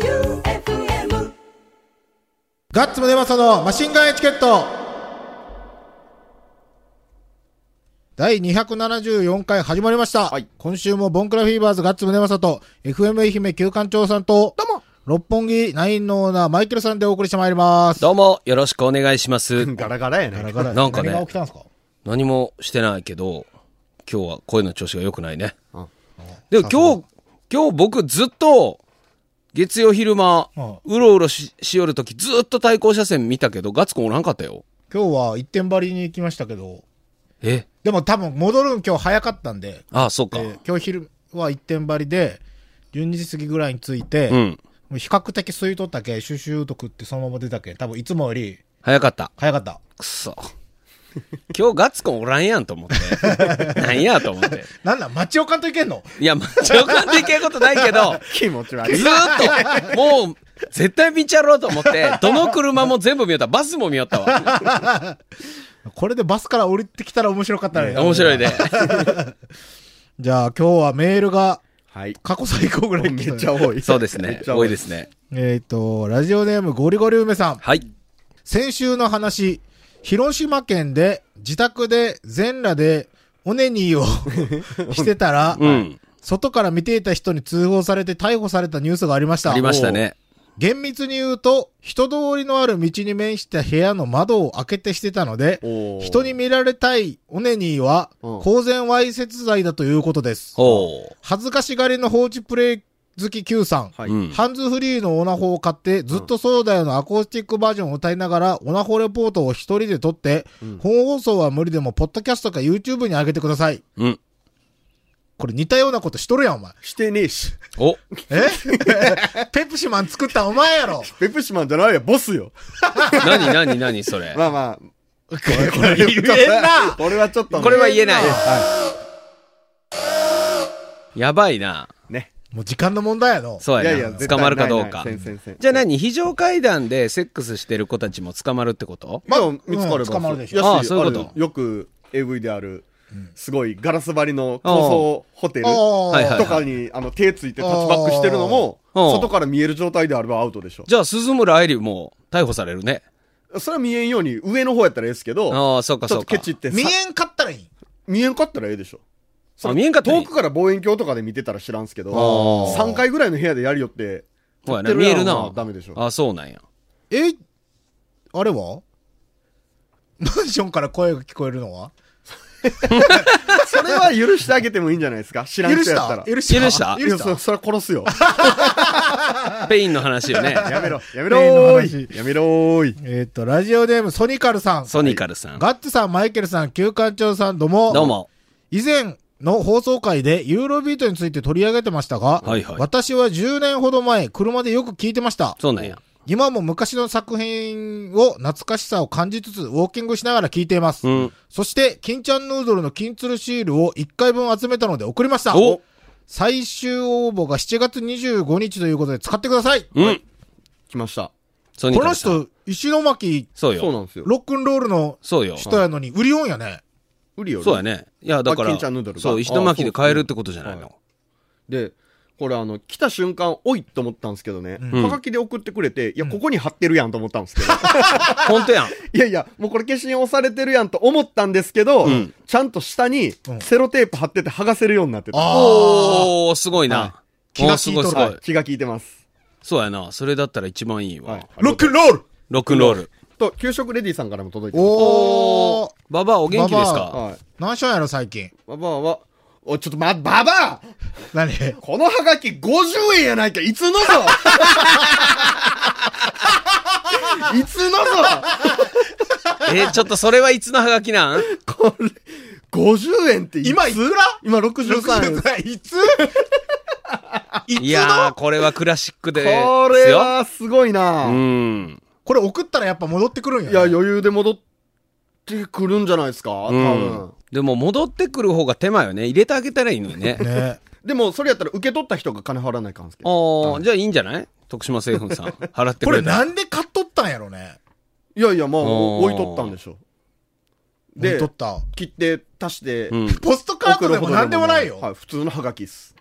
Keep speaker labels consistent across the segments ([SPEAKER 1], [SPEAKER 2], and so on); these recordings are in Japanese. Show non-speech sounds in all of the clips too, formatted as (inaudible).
[SPEAKER 1] J-O-E-U-F-M
[SPEAKER 2] ガッツムネマソのマシンガンエチケット第274回始まりました。
[SPEAKER 3] はい
[SPEAKER 2] 今週もボンクラフィーバーズガッツムネマソと FM 愛媛旧館長さんと、
[SPEAKER 3] どうも
[SPEAKER 2] 六本木ナインのオーナーマイケルさんでお送りしてまいります。
[SPEAKER 4] どうも、よろしくお願いしま (laughs) す。
[SPEAKER 3] ガラガラやね。
[SPEAKER 2] ガラ
[SPEAKER 4] なんかね
[SPEAKER 2] 何が起きたんですか
[SPEAKER 4] 何もしてないけど、今日は声の調子が良くないね
[SPEAKER 3] うん。
[SPEAKER 4] でも今日、今日僕ずっと、月曜昼間
[SPEAKER 2] うん、
[SPEAKER 4] うろうろししよるときずっと対向車線見たけど、ガッツくんおらんかったよ。
[SPEAKER 2] 今日は一点張りに行きましたけど、
[SPEAKER 4] え
[SPEAKER 2] でも多分戻るん今日早かったんで、
[SPEAKER 4] ああ、そうか。
[SPEAKER 2] で今日昼は一点張りで、12時過ぎぐらいに着いて、
[SPEAKER 4] うん。
[SPEAKER 2] もう比較的吸い取ったけ、シュシューと食ってそのまま出たけ、多分いつもより
[SPEAKER 4] 早かった。
[SPEAKER 2] 早かった。
[SPEAKER 4] くそ。 (laughs) 今日ガッツくんおらんやんと思 (laughs) って。なんやと思って。
[SPEAKER 2] なんだ、町岡といけんの
[SPEAKER 4] いや、まあ、上官できることないけど、
[SPEAKER 3] 気持ち悪い。
[SPEAKER 4] ずーっと、もう、絶対見ちゃろうと思っ
[SPEAKER 3] (laughs)
[SPEAKER 4] て、どの車も全部見よった。バスも見よったわ。
[SPEAKER 2] これでバスから降りてきたら面白かったね。
[SPEAKER 4] 面白い。ね。
[SPEAKER 2] じゃあ今日はメールが
[SPEAKER 3] はい。
[SPEAKER 2] 過去最高ぐらい
[SPEAKER 3] め
[SPEAKER 2] 来
[SPEAKER 3] ったちゃ多い。
[SPEAKER 4] そうです
[SPEAKER 3] め
[SPEAKER 4] ね
[SPEAKER 3] っ。ちゃ
[SPEAKER 4] 多いですね。
[SPEAKER 2] えっ、と、ラジオネームゴリゴリ梅さん。
[SPEAKER 4] はい。
[SPEAKER 2] 先週の話、広島県で自宅で全裸でオネニーをしてたら、
[SPEAKER 4] うん。
[SPEAKER 2] 外から見ていた人に通報されて逮捕されたニュースがありました。
[SPEAKER 4] ありましたね。
[SPEAKER 2] 厳密に言うと、人通りのある道に面した部屋の窓を開けてしてたので、
[SPEAKER 3] おー
[SPEAKER 2] 人に見られたいオネニーは、
[SPEAKER 3] うん
[SPEAKER 2] 公然わいせつ罪だということです。
[SPEAKER 4] ほ
[SPEAKER 2] 恥ずかしがりの放置プレイ好き Q さん。
[SPEAKER 3] は
[SPEAKER 4] う。
[SPEAKER 3] い。
[SPEAKER 4] うん。
[SPEAKER 2] ハンズフリーのオナホを買って、ずっとそうだよのアコースティックバージョンを歌いながら、オナホレポートを一人で撮って、
[SPEAKER 3] うん
[SPEAKER 2] 本放送は無理でも、ポッドキャストか YouTube に上げてください。
[SPEAKER 4] うん。
[SPEAKER 2] これ似たようなことしとるやん、お前。
[SPEAKER 3] してねえし。
[SPEAKER 4] お、
[SPEAKER 2] え (laughs) ペプシマン作ったお前やろ。
[SPEAKER 3] ペプシマンじゃないよ、ボスよ。
[SPEAKER 4] なになになにそれ。
[SPEAKER 3] (laughs) まあまあ。こ
[SPEAKER 2] れ言えんな
[SPEAKER 3] 俺はちょっとね。
[SPEAKER 4] これは言えない。
[SPEAKER 3] は
[SPEAKER 4] やばいな。
[SPEAKER 3] い。ね。
[SPEAKER 2] もう時間の問題やの。
[SPEAKER 4] そう
[SPEAKER 3] いやい
[SPEAKER 4] や
[SPEAKER 3] や、
[SPEAKER 4] な。
[SPEAKER 3] 絶対
[SPEAKER 4] 捕まるかどう
[SPEAKER 3] ない
[SPEAKER 4] か
[SPEAKER 3] な。いせんせんせん
[SPEAKER 4] じゃあ何非常階段でセックスしてる子たちも捕まるってこと
[SPEAKER 3] まあ、見つか
[SPEAKER 2] う
[SPEAKER 3] れば
[SPEAKER 2] ん。捕まるでしょ
[SPEAKER 3] 安
[SPEAKER 4] ああそういうこと
[SPEAKER 3] あるよく AV である、すごいガラス張りの高層ホテル
[SPEAKER 2] ああ
[SPEAKER 4] はいはい
[SPEAKER 3] とかに、あの、手ついてタッチバックしてるのも、
[SPEAKER 4] ああ
[SPEAKER 3] 外から見える状態であればアウトでしょ。
[SPEAKER 4] じゃあ鈴村愛理も逮捕されるね。
[SPEAKER 3] それは見えんように、上の方やったらええですけど、
[SPEAKER 4] ああ、そうか
[SPEAKER 3] ちょ
[SPEAKER 4] そ
[SPEAKER 3] っ
[SPEAKER 4] う
[SPEAKER 3] と
[SPEAKER 4] か
[SPEAKER 3] ケ。チってさ
[SPEAKER 2] 見えんかったらいい。
[SPEAKER 3] 見えんかったらええでしょ。それ
[SPEAKER 4] あ見えんかったらいい
[SPEAKER 3] 遠くから望遠鏡とかで見てたら知らんすけど、
[SPEAKER 4] あー
[SPEAKER 3] 3階ぐらいの部屋でやるよって、
[SPEAKER 4] ほや
[SPEAKER 3] 撮
[SPEAKER 4] な、
[SPEAKER 3] って
[SPEAKER 4] 見
[SPEAKER 3] や
[SPEAKER 4] え
[SPEAKER 3] ん
[SPEAKER 4] るな。
[SPEAKER 3] ダメでしょ。
[SPEAKER 4] あ、そうなんや。
[SPEAKER 2] えあれはマンションから声が聞こえるのは
[SPEAKER 3] (laughs) それは許してあげてもいいんじゃないですか知
[SPEAKER 2] 許
[SPEAKER 3] らん人
[SPEAKER 2] し
[SPEAKER 3] やった
[SPEAKER 2] た
[SPEAKER 3] ら。
[SPEAKER 2] 許した
[SPEAKER 4] 許した
[SPEAKER 3] いやそそれは殺すよ。
[SPEAKER 4] ペインの話よね。
[SPEAKER 3] (laughs) やめろ、やめろー
[SPEAKER 2] 例の
[SPEAKER 3] い。やめろーい。
[SPEAKER 2] えっ、と、ラジオネームソニカルさん。
[SPEAKER 4] ソニカルさん。
[SPEAKER 2] ガッツさん、マイケルさん、旧館長さん、どうも。
[SPEAKER 4] どう。も。
[SPEAKER 2] 以前の放送回でユーロビートについて取り上げてましたが、
[SPEAKER 4] はいはい
[SPEAKER 2] 私は10年ほど前、車でよく聞いてました。
[SPEAKER 4] そうなんや。
[SPEAKER 2] 今も昔の作品を懐かしさを感じつつ、ウォーキングしながら聞いています。
[SPEAKER 4] うん。
[SPEAKER 2] そして、金ちゃんヌードルの金鶴シールを1回分集めたので送りました。
[SPEAKER 4] お
[SPEAKER 2] 最終応募が7月25日ということで使ってください。
[SPEAKER 4] うん。
[SPEAKER 3] 来ました。
[SPEAKER 4] ソニ
[SPEAKER 2] こ
[SPEAKER 4] カ
[SPEAKER 2] の
[SPEAKER 4] ルさん。
[SPEAKER 2] 人、石巻
[SPEAKER 4] そう
[SPEAKER 3] そう
[SPEAKER 4] よ。
[SPEAKER 3] なんですよ。
[SPEAKER 2] ロックンロールの
[SPEAKER 4] そうよ。
[SPEAKER 2] 人やのに、売りオンやね。
[SPEAKER 3] 売りよ。
[SPEAKER 4] そうや。ね。いや、だか
[SPEAKER 3] あ
[SPEAKER 4] ら
[SPEAKER 3] 金ちゃんヌードル、が
[SPEAKER 4] そう、石巻で買えるってことじゃない
[SPEAKER 3] あ
[SPEAKER 4] の。
[SPEAKER 3] で、これあの、来た瞬間、おいと思ったんですけどね、
[SPEAKER 2] うん
[SPEAKER 3] はがきで送ってくれて、いや、ここに貼ってるやんと思ったんですけど、
[SPEAKER 4] 本当やん。
[SPEAKER 3] いやいや、もうこれ消印押されてるやんと思ったんですけど、
[SPEAKER 4] うん
[SPEAKER 3] ちゃんと下に
[SPEAKER 2] うん
[SPEAKER 3] セロテープ貼ってて剥がせるようになってた。
[SPEAKER 2] あ
[SPEAKER 4] おー、すごい
[SPEAKER 3] はい
[SPEAKER 4] な。
[SPEAKER 2] 気が
[SPEAKER 4] おーすごい
[SPEAKER 2] 利い
[SPEAKER 4] す
[SPEAKER 2] とる
[SPEAKER 4] ご
[SPEAKER 2] わ
[SPEAKER 4] い。
[SPEAKER 3] 気が利いてます。
[SPEAKER 4] そうやな。それだったら一番いい
[SPEAKER 3] は
[SPEAKER 4] わ
[SPEAKER 3] い。。
[SPEAKER 2] ロックンロール
[SPEAKER 4] ロックンロール。
[SPEAKER 3] と、給食レディさんからも届いてます。
[SPEAKER 2] おー。
[SPEAKER 4] ババアお元気で
[SPEAKER 2] バ
[SPEAKER 4] すか
[SPEAKER 3] はい。
[SPEAKER 2] 何しよんやろ、最近。
[SPEAKER 3] ババアは、おい、ちょっとま、ババア
[SPEAKER 2] 何
[SPEAKER 3] このハガキ50円やないか、いつのぞ (laughs) いつのぞ
[SPEAKER 4] えー、ちょっとそれはいつのハガキなん
[SPEAKER 3] これ、50円っていつ
[SPEAKER 2] 今いくら
[SPEAKER 3] 今63円です。
[SPEAKER 2] 63いついつ
[SPEAKER 4] い
[SPEAKER 2] の
[SPEAKER 4] やー、これはクラシックで。
[SPEAKER 3] これ。はすごいな、
[SPEAKER 4] うん。
[SPEAKER 2] これ送ったらやっぱ戻ってくるんや
[SPEAKER 3] い
[SPEAKER 2] ね。
[SPEAKER 3] や、余裕で戻ってくるんじゃないですか、多
[SPEAKER 4] う
[SPEAKER 3] 分。
[SPEAKER 4] ん。でも戻ってくる方が手間よね。入れてあげたらいいの
[SPEAKER 2] (laughs)
[SPEAKER 4] に (laughs) ね。
[SPEAKER 2] ね
[SPEAKER 3] でも、それやったら受け取った人が金払わないかんですけど。
[SPEAKER 4] おー、じゃあいいんじゃない徳島製粉さん。払って
[SPEAKER 2] こ
[SPEAKER 4] く
[SPEAKER 2] れ
[SPEAKER 4] れたら。
[SPEAKER 2] なんで買っとったんやろね。
[SPEAKER 3] いやいや、まあ、
[SPEAKER 4] おー
[SPEAKER 3] 置いとったんでしょ。
[SPEAKER 2] で、
[SPEAKER 3] で
[SPEAKER 2] 取っ、た。
[SPEAKER 3] 切って、足して、
[SPEAKER 4] うん。
[SPEAKER 2] ポストカードでもなんでもないよ。
[SPEAKER 3] はい、普通のハガキっす。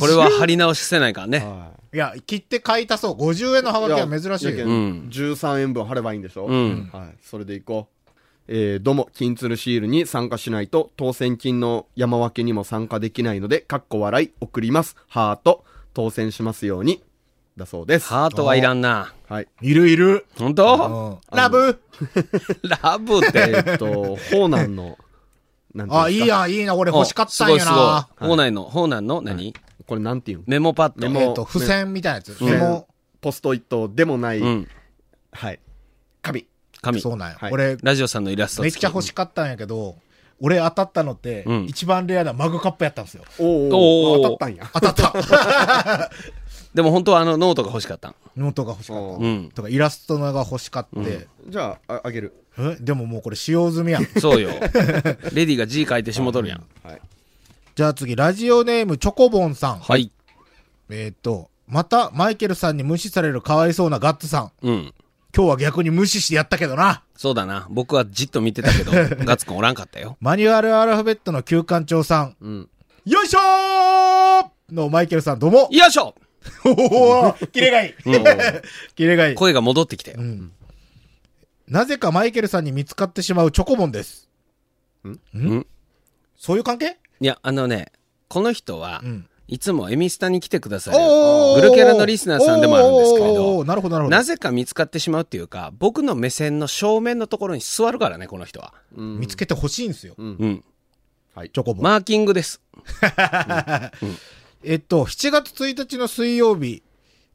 [SPEAKER 4] これは貼り直しせないからね。
[SPEAKER 2] いや、切って買い足そう。50円のハガキは珍しい
[SPEAKER 3] け
[SPEAKER 2] よ。
[SPEAKER 3] ん
[SPEAKER 4] うん
[SPEAKER 3] 13円分貼ればいいんでしょ
[SPEAKER 4] うん
[SPEAKER 3] はい。それでいこう。えー、どうも、金鶴シールに参加しないと、当選金の山分けにも参加できないので、かっこ笑い、送ります。ハート、当選しますように。だそうです。
[SPEAKER 4] ハートはいらんな。
[SPEAKER 3] はい。
[SPEAKER 2] いるいる。
[SPEAKER 4] 本
[SPEAKER 2] う
[SPEAKER 4] 当
[SPEAKER 2] んラブ
[SPEAKER 4] (laughs) ラブっ
[SPEAKER 3] え
[SPEAKER 4] て。
[SPEAKER 3] ーっと、ホーナンの、なんて
[SPEAKER 2] あ、い
[SPEAKER 3] いう
[SPEAKER 2] い
[SPEAKER 3] んですか
[SPEAKER 2] や、いいな。俺 (laughs) 欲しかったんやな。
[SPEAKER 4] おすごいすごい。法内の、法内の何、
[SPEAKER 3] これなんていうん
[SPEAKER 4] メモパッド。
[SPEAKER 3] メモ
[SPEAKER 2] えっと、付箋みたいなやつ。
[SPEAKER 3] 付
[SPEAKER 2] で
[SPEAKER 3] 箋
[SPEAKER 2] も、
[SPEAKER 3] ポストイットでもない、
[SPEAKER 4] うん。
[SPEAKER 3] はい。紙。
[SPEAKER 4] 紙。
[SPEAKER 2] そうなんや
[SPEAKER 3] は。い
[SPEAKER 2] 俺、
[SPEAKER 4] ラジオさんのイラスト
[SPEAKER 2] めっ
[SPEAKER 4] 付き
[SPEAKER 2] ちゃ欲しかったんやけど、俺当たったのって
[SPEAKER 4] うん、
[SPEAKER 2] 一番レアなマグカップやったんですよ。
[SPEAKER 3] おー
[SPEAKER 4] おー
[SPEAKER 3] 当たったんや。
[SPEAKER 2] 当たった。
[SPEAKER 4] でも本当はあのノートが欲しかった。
[SPEAKER 2] ノートが欲しかっ
[SPEAKER 3] お
[SPEAKER 2] た。
[SPEAKER 3] ー
[SPEAKER 4] うん。
[SPEAKER 2] とか、イラストのが欲しかって。
[SPEAKER 3] (laughs) じゃあ、ああげる。
[SPEAKER 2] えでももうこれ使用済みやん。 (laughs)
[SPEAKER 4] そうよ。レディが字書いてしもとるやん。
[SPEAKER 3] はい。
[SPEAKER 2] じゃあ次、ラジオネーム、チョコボンさん。
[SPEAKER 4] はい。
[SPEAKER 2] えーっと、また、マイケルさんに無視されるかわいそうなガッツさん。
[SPEAKER 4] うん。
[SPEAKER 2] 今日は逆に無視してやったけどな。
[SPEAKER 4] そうだな。僕はじっと見てた
[SPEAKER 2] (laughs)
[SPEAKER 4] けど、ガッツくんおらんかったよ。
[SPEAKER 2] マニュアルアルファベットの旧館長さん。
[SPEAKER 3] うん。
[SPEAKER 2] よいしょーのマイケルさん、どうも。
[SPEAKER 4] よいしょ
[SPEAKER 2] おおキレがいい。キレがいい。
[SPEAKER 4] 声が戻ってきたよ。
[SPEAKER 2] うん。なぜかマイケルさんに見つかってしまうチョコボンです。
[SPEAKER 4] うん。
[SPEAKER 2] そういう関係
[SPEAKER 4] いや、あのね、この人は、
[SPEAKER 2] うん。
[SPEAKER 4] いつもエミスタに来てくださ
[SPEAKER 2] おー
[SPEAKER 4] る、グルキャラのリスナーさんでもあるんですけれ
[SPEAKER 2] おーおーお
[SPEAKER 4] ど
[SPEAKER 2] ー、なるほど、なるほど。
[SPEAKER 4] なぜか見つかってしまうっていうか、僕の目線の正面のところに座るからね、この人は。
[SPEAKER 3] うん
[SPEAKER 2] 見つけてほしいんですよ。
[SPEAKER 4] うん。
[SPEAKER 2] チョコボン。
[SPEAKER 4] マーキングです。
[SPEAKER 2] えっと、7月1日の水曜日、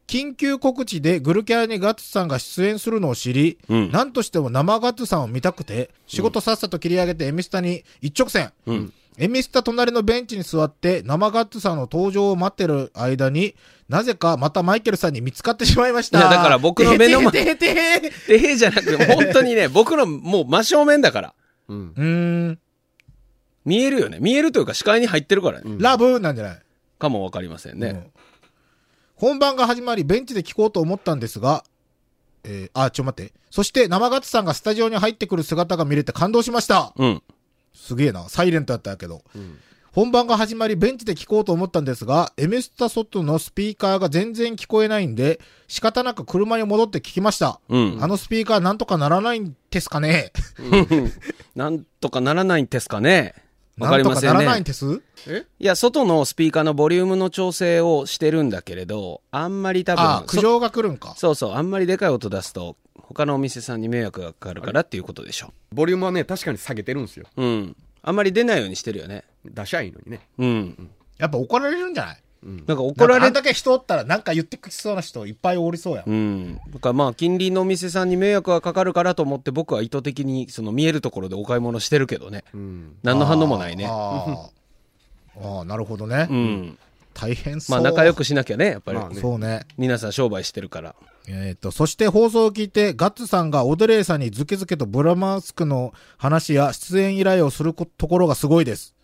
[SPEAKER 2] 緊急告知でグルキャラにガッツさんが出演するのを知り、
[SPEAKER 4] うん
[SPEAKER 2] 何としても生ガッツさんを見たくて、仕事さっさと切り上げてエミスタに一直線。
[SPEAKER 4] うん。
[SPEAKER 2] エミスタ隣のベンチに座って生ガッツさんの登場を待ってる間に、なぜかまたマイケルさんに見つかってしまいました。
[SPEAKER 4] いやだから僕の目の前
[SPEAKER 2] てへてへてへて
[SPEAKER 4] で、へじゃなくて、本当にね、 (laughs) 僕のもう真正面だから。
[SPEAKER 3] うん。
[SPEAKER 2] うーん、
[SPEAKER 4] 見えるよね。見えるというか視界に入ってるからね。
[SPEAKER 2] ラブなんじゃない
[SPEAKER 4] かもわかりませんね。
[SPEAKER 2] 本番が始まり、ベンチで聞こうと思ったんですが、えー、あ、ちょ待って。そして、生ガッツさんがスタジオに入ってくる姿が見れて感動しました。
[SPEAKER 4] うん。
[SPEAKER 2] すげえな。サイレントだったけど。本番が始まり、ベンチで聞こうと思ったんですが、エミスタ外のスピーカーが全然聞こえないんで、仕方なく車に戻って聞きました。
[SPEAKER 4] うん
[SPEAKER 2] あ。のスピーカーなんとかならないんですかね
[SPEAKER 4] なんとかならないんですかね。 (laughs)
[SPEAKER 2] な
[SPEAKER 4] わか
[SPEAKER 2] ん
[SPEAKER 4] り
[SPEAKER 2] と
[SPEAKER 4] ま
[SPEAKER 2] か
[SPEAKER 4] せん
[SPEAKER 2] ならない
[SPEAKER 4] ね
[SPEAKER 2] ん。です
[SPEAKER 3] え
[SPEAKER 4] いや、外のスピーカーのボリュームの調整をしてるんだけれど、あんまり多
[SPEAKER 2] あ
[SPEAKER 4] 分、
[SPEAKER 2] 苦情が来るんか。
[SPEAKER 4] そうそう、あんまりでかい音出すと、他のお店さんに迷惑がかかるからっていうことでしょ。
[SPEAKER 3] ボリュームはね、確かに下げてるんですよ。
[SPEAKER 4] うん。あんまり出ないようにしてるよね。
[SPEAKER 3] 出しゃいいのにね。
[SPEAKER 4] (laughs) うん。
[SPEAKER 2] やっぱ怒られるんじゃない
[SPEAKER 4] なんか
[SPEAKER 2] な
[SPEAKER 4] 怒
[SPEAKER 2] んからあ
[SPEAKER 4] れ
[SPEAKER 2] んだけ人おったらなんか言ってきそうな人いっぱいおりそうやん。
[SPEAKER 4] うん。だからまあ、近隣のお店さんに迷惑がかかるからと思って、僕は意図的に、その見えるところでお買い物してるけどね。
[SPEAKER 3] うん。
[SPEAKER 4] 何の反応もないね。
[SPEAKER 2] あーあー、なるほどね。
[SPEAKER 4] うん。
[SPEAKER 2] 大変そ
[SPEAKER 4] ま
[SPEAKER 2] う。
[SPEAKER 4] あ、仲良くしなきゃね、やっぱり。
[SPEAKER 3] まあね
[SPEAKER 2] そうね。
[SPEAKER 4] 皆さん商売してるから。
[SPEAKER 2] えっ、と、そして放送を聞いて、ガッツさんがオドレイさんにズケズケとブラマスクの話や出演依頼をすることころがすごいです。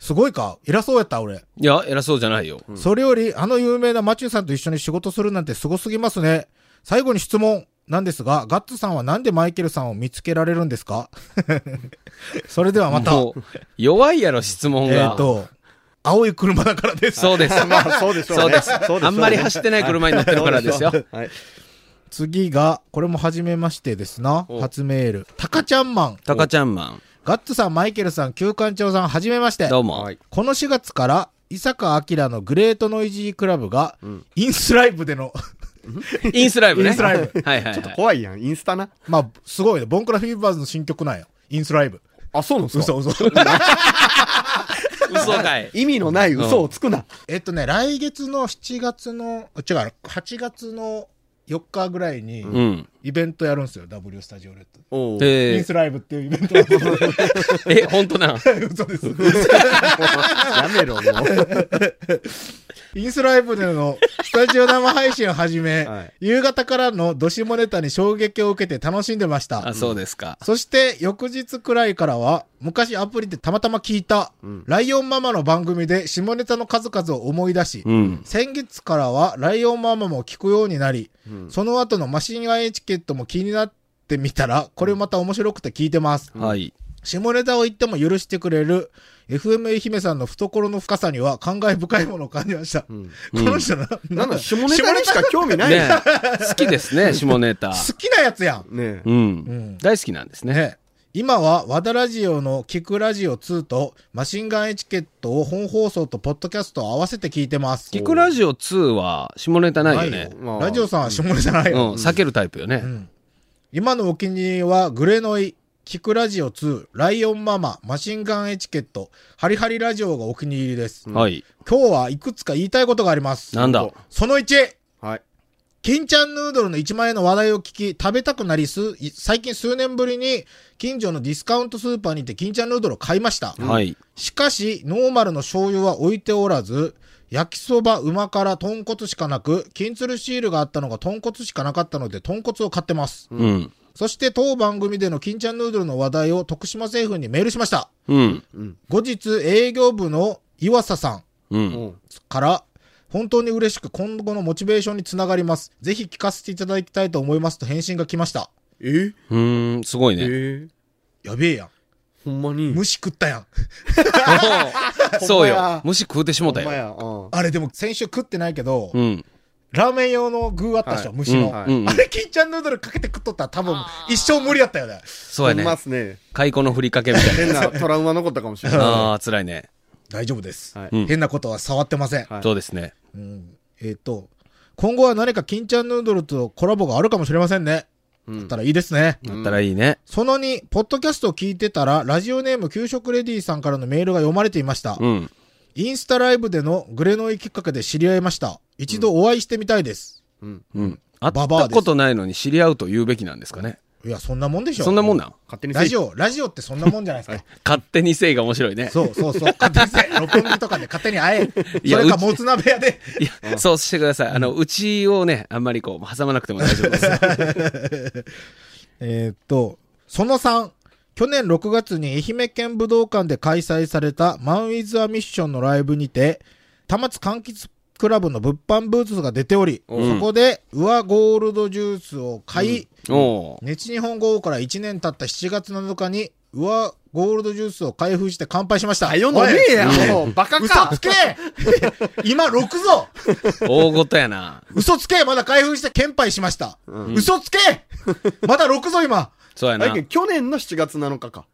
[SPEAKER 2] すごいか偉そうやった、俺。
[SPEAKER 4] いや、偉そうじゃないよ。
[SPEAKER 2] それより、あの有名なマチューさんと一緒に仕事するなんてすごすぎますね。最後に質問なんですが、ガッツさんはなんでマイケルさんを見つけられるんですか (laughs) それではまた、
[SPEAKER 4] もう、弱いやろ、質問
[SPEAKER 2] えっ、
[SPEAKER 4] が。
[SPEAKER 2] と、青い車だからです。
[SPEAKER 4] そうです。
[SPEAKER 3] まあ、そうでしょう、ね。
[SPEAKER 4] そうです。
[SPEAKER 3] そうでしょうね
[SPEAKER 4] あんまり走ってない車に乗ってるからですよ。
[SPEAKER 3] (laughs) はい。
[SPEAKER 2] 次が、これも初めましてですな。
[SPEAKER 3] お
[SPEAKER 2] 初メール。タカちゃんマン。
[SPEAKER 4] タカちゃんマン。
[SPEAKER 2] ガッツさん、マイケルさん、旧館長さん、はじめまして。
[SPEAKER 4] (laughs) どうも。
[SPEAKER 3] はい。
[SPEAKER 2] この4月から、伊坂明のグレートノイジークラブが、インスライブでの、 (laughs)
[SPEAKER 4] インスライブね。
[SPEAKER 2] インスライブ。
[SPEAKER 4] はいはい、
[SPEAKER 3] ちょっと
[SPEAKER 4] はい。
[SPEAKER 3] 怖いやん。インスタな。
[SPEAKER 2] まあ、すごいね。ボンクラフィーバーズの新曲なんよ。インスライブ。
[SPEAKER 3] あ、そうなんですか
[SPEAKER 2] 嘘嘘。 (laughs)
[SPEAKER 4] 嘘かい。
[SPEAKER 3] 意味のない嘘をつくな。
[SPEAKER 2] えっとね、来月の7月の、違う、8月の4日ぐらいに、
[SPEAKER 4] うん。
[SPEAKER 2] イベントやるんですよ。W スタジオレッドで。
[SPEAKER 3] おう
[SPEAKER 2] イ
[SPEAKER 4] え
[SPEAKER 2] ンスライブっていうイベントなんですよ
[SPEAKER 4] (laughs) ー、え、本当なん。
[SPEAKER 2] 嘘です。
[SPEAKER 3] (laughs) やめろ、もう。
[SPEAKER 2] インスライブでのスタジオ生配信をはじ
[SPEAKER 4] (laughs)
[SPEAKER 2] め、
[SPEAKER 3] はい
[SPEAKER 2] 夕方からのドシモネタに衝撃を受けて楽しんでまし
[SPEAKER 4] あ、
[SPEAKER 2] た。
[SPEAKER 4] そうですか。
[SPEAKER 2] そして翌日くらいからは、昔アプリでたまたま聞いた、ライオンママの番組で下ネタの数々を思い出し、
[SPEAKER 4] うん。
[SPEAKER 2] 先月からはライオンママも聞くようになり、その後のマシンガンエチケットも気になってみたら、これまた面白くて聞いてます。
[SPEAKER 4] はい。
[SPEAKER 2] 下ネタを言っても許してくれる FM 愛媛さんの懐の深さには感慨深いものを感じました。
[SPEAKER 3] ん
[SPEAKER 2] この人な、
[SPEAKER 3] なんだ、下ネタにしか興味ないね
[SPEAKER 4] ねえ好きですね、下ネタ。
[SPEAKER 2] 好きなやつやん。
[SPEAKER 3] ね
[SPEAKER 4] う
[SPEAKER 2] うん
[SPEAKER 4] ん。大好きなんですね。
[SPEAKER 2] ね。今は、和田ラジオの聞くラジオ2と、マシンガンエチケットを本放送とポッドキャストを合わせて聞いてます。
[SPEAKER 4] 聞くラジオ2は下ネタないよね。
[SPEAKER 2] よラジオさんは下ネタないよ。
[SPEAKER 4] うん、避けるタイプよね。
[SPEAKER 2] うん今のお気に入りは、グレノイ、キクラジオ2、ライオンママ、マシンガンエチケット、ハリハリラジオがお気に入りです。
[SPEAKER 4] はい。
[SPEAKER 2] 今日はいくつか言いたいことがあります。
[SPEAKER 4] なんだ
[SPEAKER 2] その1、
[SPEAKER 3] はい。
[SPEAKER 2] 金ちゃんヌードルの1万円の話題を聞き、食べたくなりす、い最近数年ぶりに、近所のディスカウントスーパーにて金ちゃんヌードルを買いました。
[SPEAKER 4] はい。
[SPEAKER 2] しかし、ノーマルの醤油は置いておらず、焼きそば、旨辛、豚骨しかなく、金鶴シールがあったのが豚骨しかなかったので、豚骨を買ってます。
[SPEAKER 4] うん。
[SPEAKER 2] そして当番組での金ちゃんヌードルの話題を徳島政府にメールしました。
[SPEAKER 4] うん。
[SPEAKER 2] 後日営業部の岩佐さん
[SPEAKER 4] う。
[SPEAKER 3] うんん。
[SPEAKER 2] から本当に嬉しく今後のモチベーションにつながります。ぜひ聞かせていただきたいと思いますと返信が来ました。
[SPEAKER 3] え
[SPEAKER 4] うーん、すごいね。
[SPEAKER 3] え
[SPEAKER 2] やべえやん。
[SPEAKER 3] ほんまに。
[SPEAKER 2] 虫食ったやん。
[SPEAKER 4] おうそうよ。虫食うてしも
[SPEAKER 3] ほ
[SPEAKER 4] た
[SPEAKER 3] んま
[SPEAKER 4] よ。
[SPEAKER 3] や。うん
[SPEAKER 2] あれでも先週食ってないけど、
[SPEAKER 4] うん。
[SPEAKER 2] ラーメン用の具あったでしょ、
[SPEAKER 3] は
[SPEAKER 2] 虫の、
[SPEAKER 3] はい
[SPEAKER 4] うんうん
[SPEAKER 2] あれ金ちゃんヌードルかけて食っとったら多分一生無理やったよね。
[SPEAKER 4] そうや
[SPEAKER 3] ほんま
[SPEAKER 4] ね
[SPEAKER 3] っ。すね。
[SPEAKER 4] 蚕のふりかけみたいな。
[SPEAKER 3] 変なトラウマ残ったかもしれない。
[SPEAKER 4] ああ、辛いね。
[SPEAKER 2] 大丈夫です、
[SPEAKER 3] はい
[SPEAKER 4] うん
[SPEAKER 2] 変なことは触ってません。
[SPEAKER 3] はい
[SPEAKER 4] そうですね。
[SPEAKER 2] うんえっ、と、今後は何か金ちゃんヌードルとコラボがあるかもしれませんね。
[SPEAKER 3] うん
[SPEAKER 2] だったらいいですね。
[SPEAKER 4] だったらいいね。
[SPEAKER 2] その2、ポッドキャストを聞いてたら、ラジオネーム給食レディさんからのメールが読まれていました。
[SPEAKER 4] うん。
[SPEAKER 2] インスタライブでのグレノイきっかけで知り合いました。一度お会いしてみたいです。
[SPEAKER 3] うん
[SPEAKER 4] うん。会っ
[SPEAKER 2] ババア
[SPEAKER 4] た
[SPEAKER 2] です
[SPEAKER 4] ことないのに知り合うと言うべきなんですかね。
[SPEAKER 2] いや、そんなもんでしょ。
[SPEAKER 4] そんなもんなん
[SPEAKER 3] 勝手にせい
[SPEAKER 2] ラジオ、ラジオってそんなもんじゃないですか。
[SPEAKER 4] 勝手にせいが面白いね。
[SPEAKER 2] そうそうそう。勝手にせ六本木とかで勝手に会え。
[SPEAKER 4] い
[SPEAKER 2] そ
[SPEAKER 4] や
[SPEAKER 2] れか、
[SPEAKER 4] うち
[SPEAKER 2] もつ鍋屋で。
[SPEAKER 4] いや、そうしてください。あの、うちをね、あんまりこう、挟まなくても大丈夫です。
[SPEAKER 2] (laughs) えーっと、その3。去年6月に愛媛県武道館で開催されたマン・ウィズ・ア・ミッションのライブにて、田松柑橘クラブの物販ブーツが出ており、
[SPEAKER 4] うん
[SPEAKER 2] そこで、ウアゴールドジュースを買い、
[SPEAKER 4] おう
[SPEAKER 2] 熱日本豪雨から1年経った7月7日に、ウアゴールドジュースを開封して乾杯しました。
[SPEAKER 3] よ
[SPEAKER 2] おい
[SPEAKER 3] ねえやもうバカ
[SPEAKER 2] 嘘
[SPEAKER 3] か
[SPEAKER 2] つけ (laughs) 今6ぞ
[SPEAKER 4] 大ごとやな。
[SPEAKER 2] 嘘つけまだ開封して献杯しました、嘘つけまだ6ぞ今
[SPEAKER 4] そうや
[SPEAKER 3] だ
[SPEAKER 4] な
[SPEAKER 3] け。ど去年の7月7日か。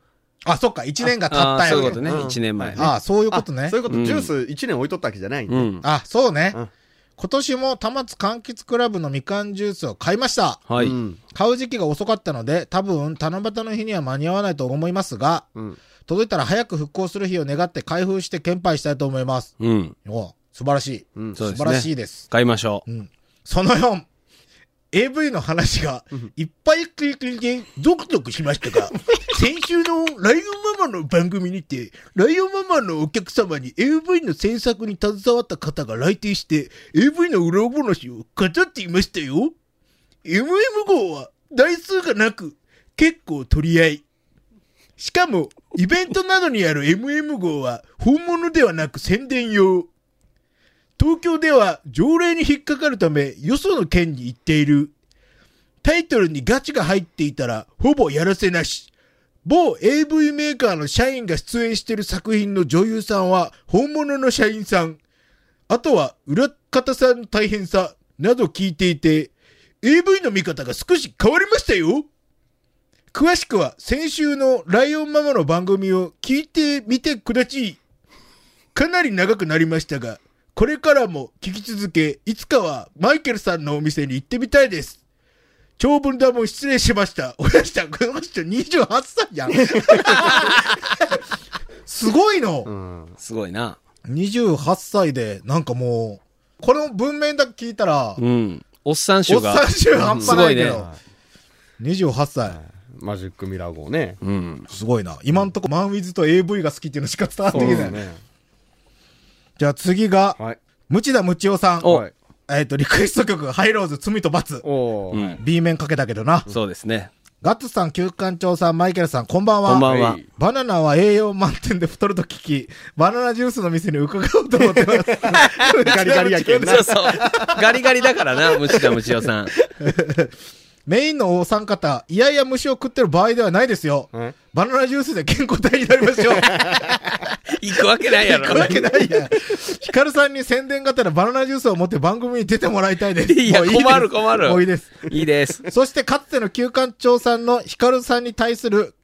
[SPEAKER 2] あ、そっか、1年が経
[SPEAKER 4] あ
[SPEAKER 2] った
[SPEAKER 4] あ、そ
[SPEAKER 2] よ。
[SPEAKER 4] ういうことね。
[SPEAKER 3] うん
[SPEAKER 4] 1年前ね。
[SPEAKER 2] ああ、そういうことね。
[SPEAKER 3] あそういうこと、ジュース1年置いとったわけじゃないん
[SPEAKER 4] う
[SPEAKER 3] で。
[SPEAKER 4] ん。
[SPEAKER 2] あ、そうね。
[SPEAKER 3] うん
[SPEAKER 2] 今年も田松柑橘クラブのみかんジュースを買いました。
[SPEAKER 4] は
[SPEAKER 3] う
[SPEAKER 4] い。
[SPEAKER 3] ん。
[SPEAKER 2] 買う時期が遅かったので、多分七夕の日には間に合わないと思いますが、
[SPEAKER 3] うん。
[SPEAKER 2] 届いたら早く復興する日を願って開封して献杯したいと思います。
[SPEAKER 4] うん。
[SPEAKER 2] おう素晴らしい。
[SPEAKER 3] うん
[SPEAKER 4] そ
[SPEAKER 2] 素
[SPEAKER 4] うですね
[SPEAKER 2] 晴らしいです。
[SPEAKER 4] 買いましょう。
[SPEAKER 2] その4。AV の話が、いっぱいクリクリで、ゾクゾクしましたが、先週のライオンママの番組にて、ライオンママのお客様に AV の制作に携わった方が来店して、AV の裏話を語っていましたよ。MM 号は台数がなく、結構取り合い。しかも、イベントなどにある MM 号は本物ではなく宣伝用。東京では条例に引っかかるため、よその県に行っている。タイトルにガチが入っていたら、ほぼやらせなし。某 AV メーカーの社員が出演している作品の女優さんは、本物の社員さん。あとは、裏方さんの大変さ、など聞いていて、AV の見方が少し変わりましたよ。詳しくは、先週のライオンママの番組を聞いてみてくだちい。かなり長くなりましたが、これからも聞き続け、いつかはマイケルさんのお店に行ってみたいです。長文だもん失礼しました。おやしたん、この人28歳じゃん。すごいの、
[SPEAKER 3] うん。
[SPEAKER 4] すごいな。
[SPEAKER 2] !28 歳で、なんかもう、この文面だけ聞いたら、
[SPEAKER 4] うん。おっさん
[SPEAKER 2] お
[SPEAKER 4] 臭
[SPEAKER 2] っ
[SPEAKER 4] が
[SPEAKER 2] さん。集半端ないけ
[SPEAKER 4] すごい
[SPEAKER 2] ど
[SPEAKER 4] ね、
[SPEAKER 2] 28歳。
[SPEAKER 3] マジックミラー号ね。
[SPEAKER 4] うん。
[SPEAKER 2] すごいな。今んとこマンウィズと AV が好きっていうのしか伝わってきない。
[SPEAKER 3] ね。
[SPEAKER 2] じゃあ次が、
[SPEAKER 3] はい。
[SPEAKER 2] ムチダムチオさん。
[SPEAKER 4] お
[SPEAKER 3] はい
[SPEAKER 2] えっ、と、リクエスト曲、ハイローズ、罪と罰。
[SPEAKER 3] お
[SPEAKER 4] う
[SPEAKER 3] ー。
[SPEAKER 4] ん。
[SPEAKER 2] B 面かけたけどな。
[SPEAKER 4] そうですね。
[SPEAKER 2] ガッツさん、旧館長さん、マイケルさん、こんばんは。
[SPEAKER 4] こんばん
[SPEAKER 3] は。
[SPEAKER 4] はい
[SPEAKER 2] バナナは栄養満点で太ると聞き、バナナジュースの店に伺おうと思って
[SPEAKER 4] (laughs)
[SPEAKER 2] ます。
[SPEAKER 3] ガリガリやけんな
[SPEAKER 4] そ。うそう。ガリガリだからな、むちだむちよさん。
[SPEAKER 2] メインのお三方、いやいや虫を食ってる場合ではないですよ。
[SPEAKER 3] はい
[SPEAKER 2] バナナジュースで健康体になりましょう。
[SPEAKER 4] 行くわけないやろ。
[SPEAKER 2] 行くわけないやん。ヒカルさんに宣伝がてらバナナジュースを持って番組に出てもらいたいです。
[SPEAKER 4] いや
[SPEAKER 2] もうです
[SPEAKER 4] 困る困る
[SPEAKER 2] もういいです。
[SPEAKER 4] いいです。
[SPEAKER 2] そしてかつての旧館長さんのヒカルさんに対する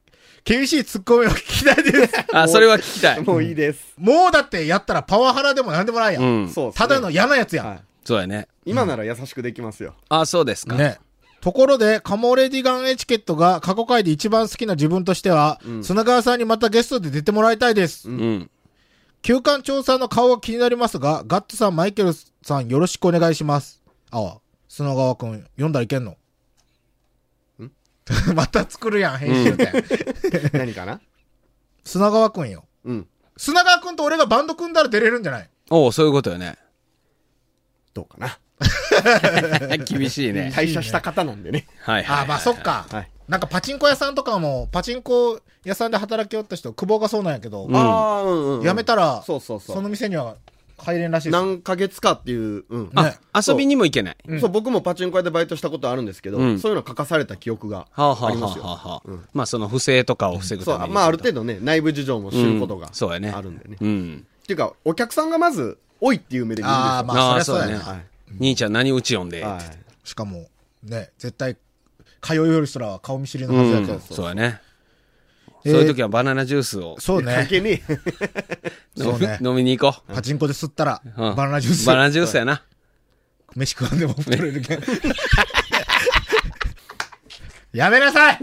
[SPEAKER 2] 厳しいツッコミを聞きたいです。
[SPEAKER 4] あ、それは聞きたい。
[SPEAKER 3] もういいです。
[SPEAKER 2] もうだってやったらパワハラでもなんでもないやん。
[SPEAKER 4] うん。
[SPEAKER 3] そうっすね
[SPEAKER 2] ただの嫌なやつやん。
[SPEAKER 3] はい
[SPEAKER 4] そうやね。
[SPEAKER 3] 今なら優しくできますよ。
[SPEAKER 4] あ、そうですか。
[SPEAKER 2] ね。ところで、カモレディガンエチケットが過去回で一番好きな自分としては、砂川さんにまたゲストで出てもらいたいです。
[SPEAKER 4] うん。
[SPEAKER 2] 旧館長さんの顔が気になりますが、ガッツさん、マイケルさん、よろしくお願いします。ああ、砂川くん、読んだらいけんの (laughs) また作るやん、編集点。
[SPEAKER 3] 何かな
[SPEAKER 2] 砂川くんよ。
[SPEAKER 3] うん。
[SPEAKER 2] 砂川くんと俺がバンド組んだら出れるんじゃない
[SPEAKER 4] おうそういうことよね。 (laughs)
[SPEAKER 3] どうかな。
[SPEAKER 4] 厳しいね。
[SPEAKER 3] 退社した方なんでね。
[SPEAKER 4] はいはい。
[SPEAKER 2] ああ、まあそっか。
[SPEAKER 3] はい
[SPEAKER 2] なんかパチンコ屋さんとかも、パチンコ屋さんで働きおった人、久保がそうなんやけど、
[SPEAKER 4] ん
[SPEAKER 3] ああ、うんうんうん
[SPEAKER 2] 辞めたら、
[SPEAKER 3] そうそうそう
[SPEAKER 2] の店には入れんらしいです。
[SPEAKER 3] 何ヶ月かっていう、うん。
[SPEAKER 2] ね
[SPEAKER 4] あ、遊びにも行けない。
[SPEAKER 3] そう、僕もパチンコ屋でバイトしたことあるんですけど、
[SPEAKER 4] うん
[SPEAKER 3] そういうの書かされた記憶が
[SPEAKER 4] はあはあ
[SPEAKER 3] あり
[SPEAKER 4] は
[SPEAKER 3] ますよ。
[SPEAKER 4] あはあはあまあその不正とかを防ぐ
[SPEAKER 3] そ
[SPEAKER 4] た
[SPEAKER 3] う
[SPEAKER 4] め、に。
[SPEAKER 3] まあある程度ね、内部事情も知ることが、
[SPEAKER 4] うんそうやね。
[SPEAKER 3] あるんでね。っ
[SPEAKER 4] うん。
[SPEAKER 3] ていうか、お客さんがまず、多いっていう目で見るんですよ。
[SPEAKER 2] ああ、まあ、
[SPEAKER 4] あー
[SPEAKER 2] そりゃそうや
[SPEAKER 4] そうだ
[SPEAKER 2] な。
[SPEAKER 4] ね兄ちゃん何うち呼んで。
[SPEAKER 3] はい。
[SPEAKER 2] しかも、ね、絶対、通いよる人らは顔見知りのはずやけど、
[SPEAKER 4] そうやね。
[SPEAKER 2] え
[SPEAKER 4] そ
[SPEAKER 2] ー
[SPEAKER 4] ういう時はバナナジュースを
[SPEAKER 2] そう
[SPEAKER 3] (laughs) 関
[SPEAKER 2] ね。
[SPEAKER 3] 係ねえ。
[SPEAKER 2] そうね
[SPEAKER 4] 飲み飲みに行こう。
[SPEAKER 2] パチンコで吸ったら、
[SPEAKER 4] うん
[SPEAKER 2] バナナジュース。
[SPEAKER 4] バナナジュースやな。
[SPEAKER 2] 飯食わんでも太れるけん。やめなさい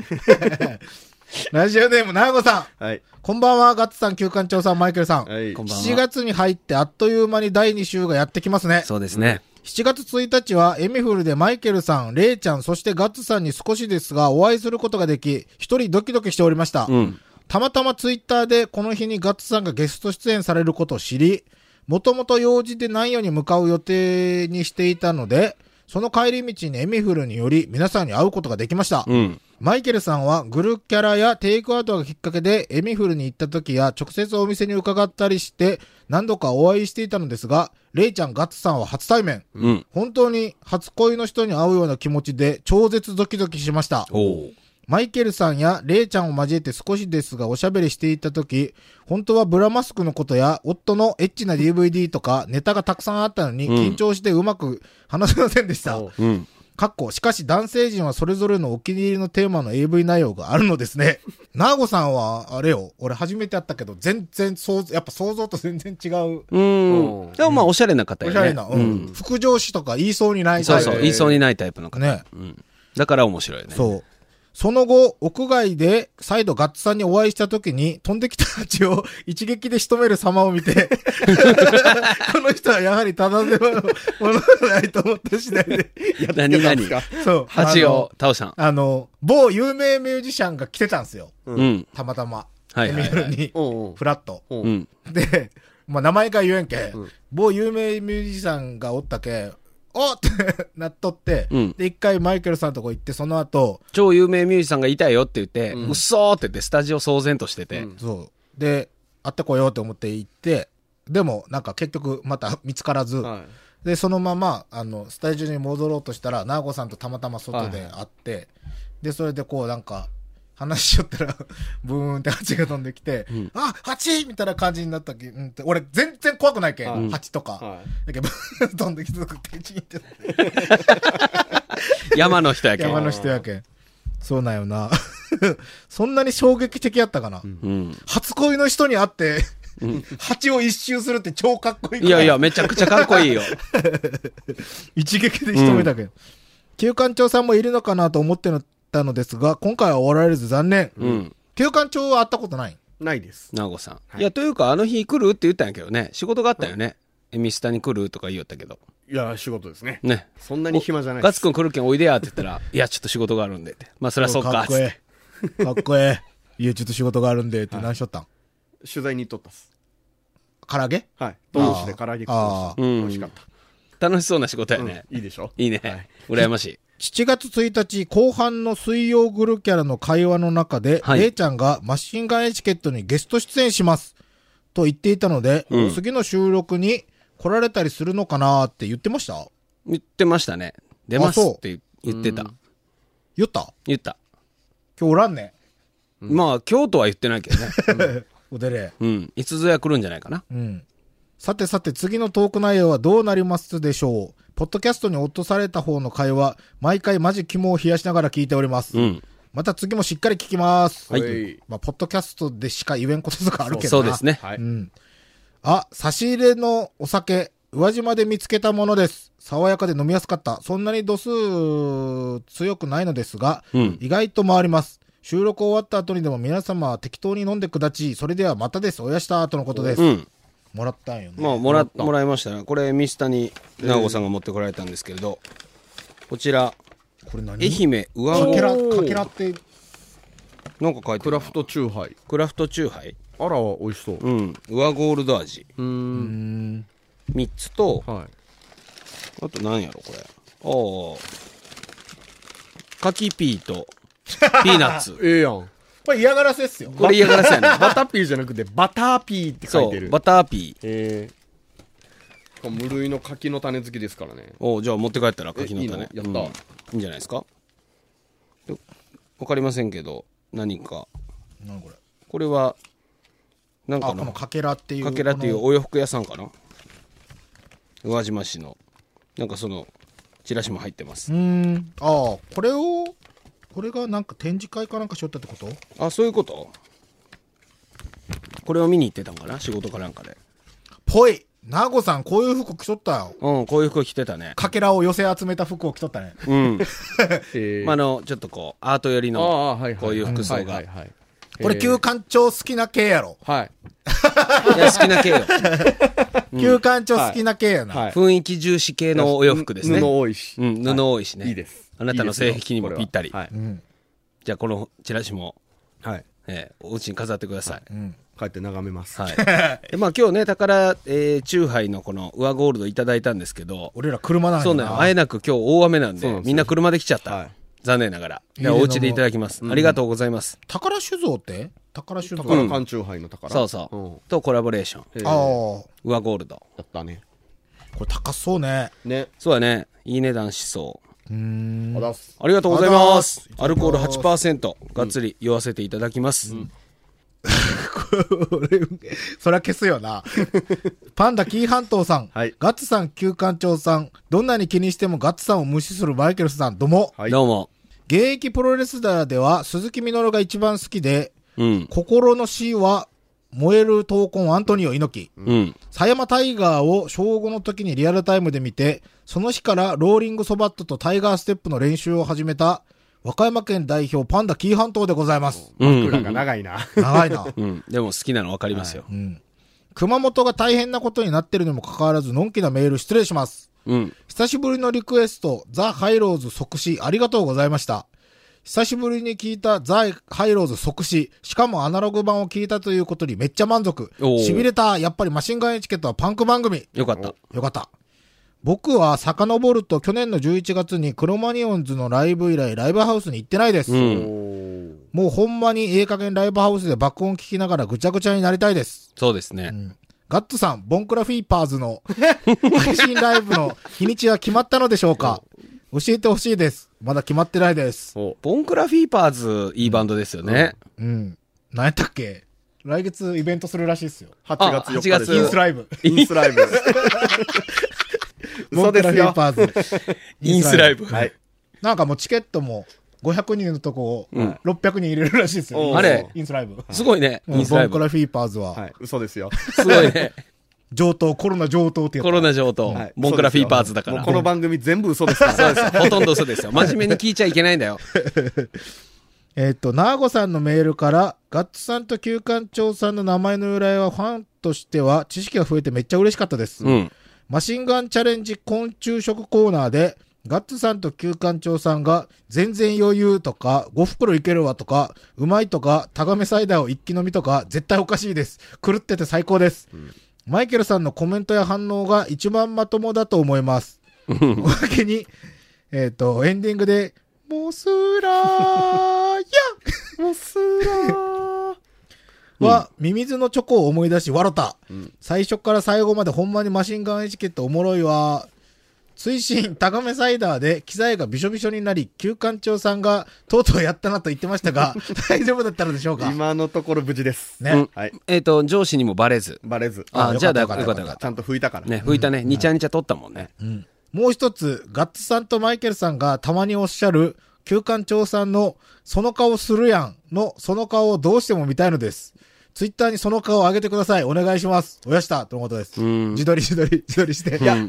[SPEAKER 2] ラジオネーム、なーごさん。
[SPEAKER 3] はい。
[SPEAKER 2] こんばんは、ガッツさん、旧館長さん、マイケルさん。
[SPEAKER 3] はい。
[SPEAKER 4] こんばんは
[SPEAKER 2] 7月に入ってあっという間に第2週がやってきますね。
[SPEAKER 4] そうですね。
[SPEAKER 2] 7月1日はエミフルでマイケルさん、レイちゃん、そしてガッツさんに少しですがお会いすることができ、一人ドキドキしておりました。
[SPEAKER 4] うん。
[SPEAKER 2] たまたまツイッターでこの日にガッツさんがゲスト出演されることを知り、もともと用事で南予に向かう予定にしていたので、その帰り道にエミフルにより皆さんに会うことができました。
[SPEAKER 4] うん。
[SPEAKER 2] マイケルさんはグルキャラやテイクアウトがきっかけでエミフルに行った時や直接お店に伺ったりして何度かお会いしていたのですが、レイちゃんガッツさんは初対面。
[SPEAKER 4] うん。
[SPEAKER 2] 本当に初恋の人に会うような気持ちで超絶ドキドキしました。
[SPEAKER 4] おう
[SPEAKER 2] マイケルさんやレイちゃんを交えて少しですがおしゃべりしていた時、本当はブラマスクのことや夫のエッチな DVD とかネタがたくさんあったのに
[SPEAKER 4] うん
[SPEAKER 2] 緊張してうまく話せませんでした。
[SPEAKER 3] おう
[SPEAKER 4] うん。
[SPEAKER 2] かっこ、しかし男性陣はそれぞれのお気に入りのテーマの AV 内容があるのですね。ナーゴさんは、あれよ、俺初めて会ったけど、全然想像、やっぱ想像と全然違う。
[SPEAKER 4] うん。でもまあおしゃれな方
[SPEAKER 2] お
[SPEAKER 4] や
[SPEAKER 2] し
[SPEAKER 4] ね。
[SPEAKER 2] ゃれな、うん。副上司とか言いそうにない
[SPEAKER 4] そうそ
[SPEAKER 2] タイ
[SPEAKER 4] う。
[SPEAKER 2] プ
[SPEAKER 4] 言いそうにないタイプの方。
[SPEAKER 2] ね。
[SPEAKER 4] うん。だから面白いね。
[SPEAKER 2] そう。その後、屋外で再度ガッツさんにお会いした時に、飛んできた蜂を (laughs) 一撃で仕留める様を見て、 (laughs) この人はやはりただではものがないと思った次第で。 (laughs)
[SPEAKER 4] 何何
[SPEAKER 2] そう。
[SPEAKER 4] 蜂を倒したん。
[SPEAKER 2] あの。あの、某有名ミュージシャンが来てたんですよ。
[SPEAKER 3] う
[SPEAKER 4] うんん。
[SPEAKER 2] たまたま。
[SPEAKER 4] はいはいはい
[SPEAKER 2] エミュールに、
[SPEAKER 3] おう
[SPEAKER 2] フラット。
[SPEAKER 3] おう
[SPEAKER 4] う。ん。
[SPEAKER 2] で、まあ、名前が言えんけ、
[SPEAKER 3] うん
[SPEAKER 2] 某有名ミュージシャンがおったけ、おっってなっとって、
[SPEAKER 4] うん
[SPEAKER 2] で、一回マイケルさんとこ行って、その後、
[SPEAKER 4] 超有名ミュージシャンがいたよって言って、うっそーって言って、スタジオ騒然としてて。
[SPEAKER 2] そう。で、会ってこようと思って行って、でも、なんか結局、また (laughs) 見つからず、
[SPEAKER 3] は
[SPEAKER 2] で、そのまま、あの、スタジオに戻ろうとしたら、ナーゴさんとたまたま外で会って、で、それでこう、なんか、話しちゃったら、 (laughs) ブーンって蜂が飛んできて、あ、蜂みたいな感じになったっけ、うんって、俺全然怖くないけん、
[SPEAKER 3] はい
[SPEAKER 2] 蜂とか。
[SPEAKER 3] い。は
[SPEAKER 2] だけど、ブ (laughs) ーンって飛んできて、ペチンって、
[SPEAKER 4] 山の人やけん。
[SPEAKER 2] 山の人やけん。そうなんよな。 (laughs) そんなに衝撃的やったかな。
[SPEAKER 4] うん。
[SPEAKER 2] 初恋の人に会って、蜂を一周するって超かっこいいから
[SPEAKER 4] いやいや、めちゃくちゃかっこいいよ。
[SPEAKER 2] 一撃で仕留めたけど。旧館長さんもいるのかなと思ってたのですが、今回はおられず残念。
[SPEAKER 4] うん。
[SPEAKER 2] 旧館長は会ったことない
[SPEAKER 3] い。ないです。
[SPEAKER 4] なおこさん。
[SPEAKER 3] い
[SPEAKER 4] いや、というか、あの日来るって言ったんやけどね。仕事があったよね。エミスタに来るとか言いよったけど。
[SPEAKER 3] いや、仕事ですね。
[SPEAKER 4] ね。
[SPEAKER 3] そんなに暇じゃない
[SPEAKER 4] ガッツくん来るけんおいでやって言ったら、いや、ちょっと仕事があるんでって。まあ、そりゃそう
[SPEAKER 2] か
[SPEAKER 4] か
[SPEAKER 2] っ
[SPEAKER 4] っつ
[SPEAKER 2] こ
[SPEAKER 4] っ
[SPEAKER 2] え
[SPEAKER 4] て。 (laughs)
[SPEAKER 2] え。かっこええ。いや、ちょっと仕事があるんで、って何しとったん
[SPEAKER 3] 取材に行っとったっす。
[SPEAKER 2] 唐揚げ
[SPEAKER 3] はい。ドンキで唐揚げ食っ
[SPEAKER 2] あ
[SPEAKER 3] てまし
[SPEAKER 2] ー
[SPEAKER 3] た。
[SPEAKER 4] あー
[SPEAKER 3] 美味しかった。
[SPEAKER 4] 楽しそうな仕事や
[SPEAKER 3] うん
[SPEAKER 4] ね。
[SPEAKER 3] いいでしょ
[SPEAKER 4] いいね。羨ましい。
[SPEAKER 2] 7月1日後半の水曜グルキャラの会話の中で、
[SPEAKER 4] はい
[SPEAKER 2] レイちゃんがマシンガンエチケットにゲスト出演しますと言っていたので、
[SPEAKER 4] うん
[SPEAKER 2] 次の収録に来られたりするのかなって言ってました
[SPEAKER 4] 言ってましたね。出ます
[SPEAKER 2] あそう
[SPEAKER 4] って言ってた。
[SPEAKER 2] 言った
[SPEAKER 4] 言った。
[SPEAKER 2] 今日おらんね。
[SPEAKER 4] まあ、京都は言ってないけどね。
[SPEAKER 2] (laughs) おでれ。
[SPEAKER 4] うん。いつぞや来るんじゃないかな。
[SPEAKER 2] うん。さてさて次のトーク内容はどうなりますでしょうポッドキャストに落とされた方の会話、毎回マジ肝を冷やしながら聞いております。
[SPEAKER 4] うん。
[SPEAKER 2] また次もしっかり聞きます。
[SPEAKER 3] はいはい
[SPEAKER 2] まあ、ポッドキャストでしか言えんこととかあるけどな。
[SPEAKER 4] そうですね。
[SPEAKER 3] はいう
[SPEAKER 2] ん。あ、差し入れのお酒、宇和島で見つけたものです。爽やかで飲みやすかった。そんなに度数強くないのですが、
[SPEAKER 4] うん
[SPEAKER 2] 意外と回ります。収録終わった後にでも皆様は適当に飲んでくだち、それではまたです。おやしたとのことです。
[SPEAKER 4] うん。
[SPEAKER 2] もらったんよね。
[SPEAKER 4] まあ、もら、もらいましたね。これ、三下に直子さんが持ってこられたんですけれど、こちら、
[SPEAKER 2] これ何
[SPEAKER 4] 愛媛上
[SPEAKER 2] かけら、
[SPEAKER 4] 郷。
[SPEAKER 2] かけらって、
[SPEAKER 4] なんか書いてる
[SPEAKER 3] クラ
[SPEAKER 4] な
[SPEAKER 3] フトチューハイ。
[SPEAKER 4] クラフトチューハイ。
[SPEAKER 3] あら、美味しそう。う
[SPEAKER 4] うん。上ゴールド味。
[SPEAKER 3] ーん。
[SPEAKER 4] 3つと、
[SPEAKER 3] はい。
[SPEAKER 4] あと何やろ、これ。おお。柿ピーと、ピーナッツ。
[SPEAKER 3] ええやん。
[SPEAKER 2] これ嫌がらせっすよ。
[SPEAKER 4] これ嫌がらせやね。
[SPEAKER 3] バタピーじゃなくて、バターピーって書い
[SPEAKER 4] そ
[SPEAKER 3] てる。
[SPEAKER 4] う、バターピー。
[SPEAKER 3] ええ無類の柿の種好きですからね。
[SPEAKER 4] おうじゃあ持って帰ったら柿の種
[SPEAKER 3] えいいのやった
[SPEAKER 4] うんいいんじゃないですかでわかりませんけど何か
[SPEAKER 2] 何これ。
[SPEAKER 4] これはなん
[SPEAKER 2] あ、
[SPEAKER 4] か
[SPEAKER 2] この
[SPEAKER 4] の
[SPEAKER 2] かけらっていう。
[SPEAKER 4] かけらっていう
[SPEAKER 2] こ
[SPEAKER 4] お洋服屋さんかな宇和島市のなんかそのチラシも入ってます
[SPEAKER 2] の。うーん。ああ、これを、これがなんか展示会かなんかしよったってこと
[SPEAKER 4] あそういうことこれを見に行ってたんかな仕事かなんかで
[SPEAKER 2] ぽい。なごさん、こういう服着とったよ。
[SPEAKER 4] うんこういう服着てたね
[SPEAKER 2] かけらを寄せ集めた服を着とったね。
[SPEAKER 4] うん、
[SPEAKER 3] ええ
[SPEAKER 4] まああのちょっとこうアート寄り
[SPEAKER 3] ああ、
[SPEAKER 4] の
[SPEAKER 3] はい、はい。
[SPEAKER 4] こういう服装が
[SPEAKER 3] はいはいはい、
[SPEAKER 2] これ、
[SPEAKER 3] ええ
[SPEAKER 2] 旧館長好きな系やろ。
[SPEAKER 3] はい。
[SPEAKER 4] いや好きな系よ
[SPEAKER 2] 旧館長好きな系やな。
[SPEAKER 3] はい。
[SPEAKER 4] 雰囲気重視系のお洋服ですね
[SPEAKER 3] 布多いし。
[SPEAKER 4] うん、布多いしね。
[SPEAKER 3] はいいいです。
[SPEAKER 4] あなたの性癖にもぴったり。
[SPEAKER 3] いいですよこれ
[SPEAKER 2] うん。
[SPEAKER 4] じゃあ、このチラシも、
[SPEAKER 3] ははい。
[SPEAKER 4] えーお家に飾ってください。
[SPEAKER 2] うん。
[SPEAKER 3] 帰って眺めます。 (laughs)
[SPEAKER 4] はい。でまあ、今日ね、宝、えー、チューハイのこの、上ゴールドいただいたんですけど、
[SPEAKER 2] 俺ら車なんやな。
[SPEAKER 4] そうなの、あえなく今日大雨なんで、
[SPEAKER 3] そうなんですよ
[SPEAKER 4] みんな車で来ちゃった。
[SPEAKER 3] はい
[SPEAKER 4] 残念ながら。
[SPEAKER 2] いい
[SPEAKER 4] で
[SPEAKER 2] ね
[SPEAKER 4] お家でいただきます、ありがとうございます。
[SPEAKER 2] 宝酒造って宝酒造。
[SPEAKER 3] 宝
[SPEAKER 2] あ
[SPEAKER 3] 缶中杯の宝。
[SPEAKER 4] そうそう、
[SPEAKER 3] ん
[SPEAKER 4] とコラボレーション。
[SPEAKER 3] ええ
[SPEAKER 2] あ。こ
[SPEAKER 4] 上ゴールド。
[SPEAKER 3] やったね。
[SPEAKER 2] れ高そうね。
[SPEAKER 3] ね。
[SPEAKER 4] そうだね。いい値段しそ
[SPEAKER 2] う
[SPEAKER 4] う。
[SPEAKER 2] ーん。
[SPEAKER 3] あだす。
[SPEAKER 4] ありがとうございます
[SPEAKER 2] あり。がと
[SPEAKER 4] アル
[SPEAKER 2] うご
[SPEAKER 4] コール
[SPEAKER 2] ざいます
[SPEAKER 4] 8%、がっつり酔わせていただきます。
[SPEAKER 2] 俺、そりゃ消すよな。パンダキー半島さん。
[SPEAKER 3] はい
[SPEAKER 2] ガッツさん、旧館長さん。どんなに気にしてもガッツさんを無視するマイケルさん、どうも。
[SPEAKER 3] はい。
[SPEAKER 4] どうも。
[SPEAKER 2] 現役プロレスラーでは鈴木みのるが一番好きで、
[SPEAKER 4] うん。
[SPEAKER 2] 心の死は燃える闘魂アントニオ猪木。
[SPEAKER 4] うん。
[SPEAKER 2] 狭山タイガーを小5の時にリアルタイムで見て、その日からローリングソバットとタイガーステップの練習を始めた、和歌山県代表パンダ紀伊半島でございます。
[SPEAKER 3] 枕が長いな。
[SPEAKER 2] 長
[SPEAKER 4] (laughs)
[SPEAKER 2] いな。
[SPEAKER 4] うん、でも好きなの分かりますよ。
[SPEAKER 2] うん。熊本が大変なことになってるにもかかわらず、のんきなメール失礼します。
[SPEAKER 4] うん。
[SPEAKER 2] 久しぶりのリクエスト、ザ・ハイローズ即死、ありがとうございました。久しぶりに聞いたザ・ハイローズ即死、しかもアナログ版を聞いたということにめっちゃ満足。
[SPEAKER 4] おー
[SPEAKER 2] 痺れた、やっぱりマシンガンエチケットはパンク番組。
[SPEAKER 4] よかった。
[SPEAKER 2] よかった。僕は遡ると去年の11月にクロマニオンズのライブ以来ライブハウスに行ってないです。
[SPEAKER 4] うん
[SPEAKER 3] お
[SPEAKER 2] もうほんまにええ加減ライブハウスで爆音聞きながらぐちゃぐちゃになりたいです。
[SPEAKER 4] そうですね。
[SPEAKER 2] ガッツさん、ボンクラフィーパーズの配信ライブの日にちは決まったのでしょうか教えてほしいです。まだ決まってないです。
[SPEAKER 3] お
[SPEAKER 4] ボンクラフィーパーズ、いいバンドですよね。
[SPEAKER 2] うん。何やったっけ来月イベントするらしいですよ。
[SPEAKER 3] 8月4日です。
[SPEAKER 4] あ
[SPEAKER 2] イ
[SPEAKER 4] 8
[SPEAKER 2] ン
[SPEAKER 4] 月
[SPEAKER 2] スライブ。
[SPEAKER 3] インス
[SPEAKER 4] (laughs)
[SPEAKER 3] ライブ。
[SPEAKER 2] ボ
[SPEAKER 3] 嘘
[SPEAKER 2] ンク
[SPEAKER 3] で
[SPEAKER 2] ラ
[SPEAKER 3] す
[SPEAKER 2] フィー
[SPEAKER 3] よ。
[SPEAKER 2] パーズ。
[SPEAKER 4] インスライブ。
[SPEAKER 3] はい。
[SPEAKER 2] なんかもうチケットも500人のとこを
[SPEAKER 4] うん
[SPEAKER 2] 600人入れるらしいですよ。
[SPEAKER 3] おー
[SPEAKER 4] あれ
[SPEAKER 2] インスライブ。
[SPEAKER 4] すごいね。インスライ
[SPEAKER 2] ボンク
[SPEAKER 4] ブ。
[SPEAKER 2] ラフィーパーズは、
[SPEAKER 3] はい。嘘ですよ。
[SPEAKER 4] すごい (laughs) ね。
[SPEAKER 2] 上等、コロナ上等ってやつ
[SPEAKER 4] コロナ上等
[SPEAKER 3] はい。
[SPEAKER 4] ボンクラフィーパーズだか
[SPEAKER 3] も
[SPEAKER 4] ら。
[SPEAKER 3] うこの番組全部嘘ですか
[SPEAKER 4] (laughs)
[SPEAKER 3] ら。
[SPEAKER 4] そうですよ。ほとんど嘘ですよ。真面目に聞いちゃいけないんだよ。
[SPEAKER 2] えっ、と、ナーゴさんのメールから、ガッツさんと旧館長さんの名前の由来はファンとしては知識が増えてめっちゃ嬉しかったです。
[SPEAKER 4] うん。
[SPEAKER 2] マシンガンチャレンジ昆虫食コーナーで、ガッツさんと旧館長さんが、全然余裕とか、5袋いけるわとか、うまいとか、タガメサイダーを一気飲みとか、絶対おかしいです。狂ってて最高です。マイケルさんのコメントや反応が一番まともだと思います。おまけに、えっ、と、エンディングで、モスラーや
[SPEAKER 3] (laughs) もうすら
[SPEAKER 2] は、ミミズのチョコを思い出し、笑った。最初から最後までほんまにマシンガンエチケットおもろいわ。推進高めサイダーで機材がびしょびしょになり、旧館長さんがとうとうやったなと言ってました
[SPEAKER 4] (laughs)
[SPEAKER 2] が、大丈夫だったのでしょうか
[SPEAKER 3] 今のところ無事です。
[SPEAKER 2] ね
[SPEAKER 4] うん
[SPEAKER 3] はい。
[SPEAKER 4] えっ、と、上司にもバレず。
[SPEAKER 3] バレず。
[SPEAKER 4] あ
[SPEAKER 2] あ
[SPEAKER 4] じゃあだ
[SPEAKER 2] よ
[SPEAKER 4] よ
[SPEAKER 2] か
[SPEAKER 4] か
[SPEAKER 2] っ
[SPEAKER 4] ったた
[SPEAKER 2] よ
[SPEAKER 4] よ
[SPEAKER 2] かっよか
[SPEAKER 4] かったた
[SPEAKER 2] っ
[SPEAKER 3] ちゃんと拭いたから。
[SPEAKER 4] ね、拭いたね。にちゃにちゃ取ったもんね。
[SPEAKER 2] うんもう一つ、ガッツさんとマイケルさんがたまにおっしゃる、旧館長さんの、その顔するやんの、その顔をどうしても見たいのです。ツイッターにその顔を上げてください。お願いします。おやしたとのことです。
[SPEAKER 4] うん
[SPEAKER 2] 自撮り自撮り、自撮りして。いや、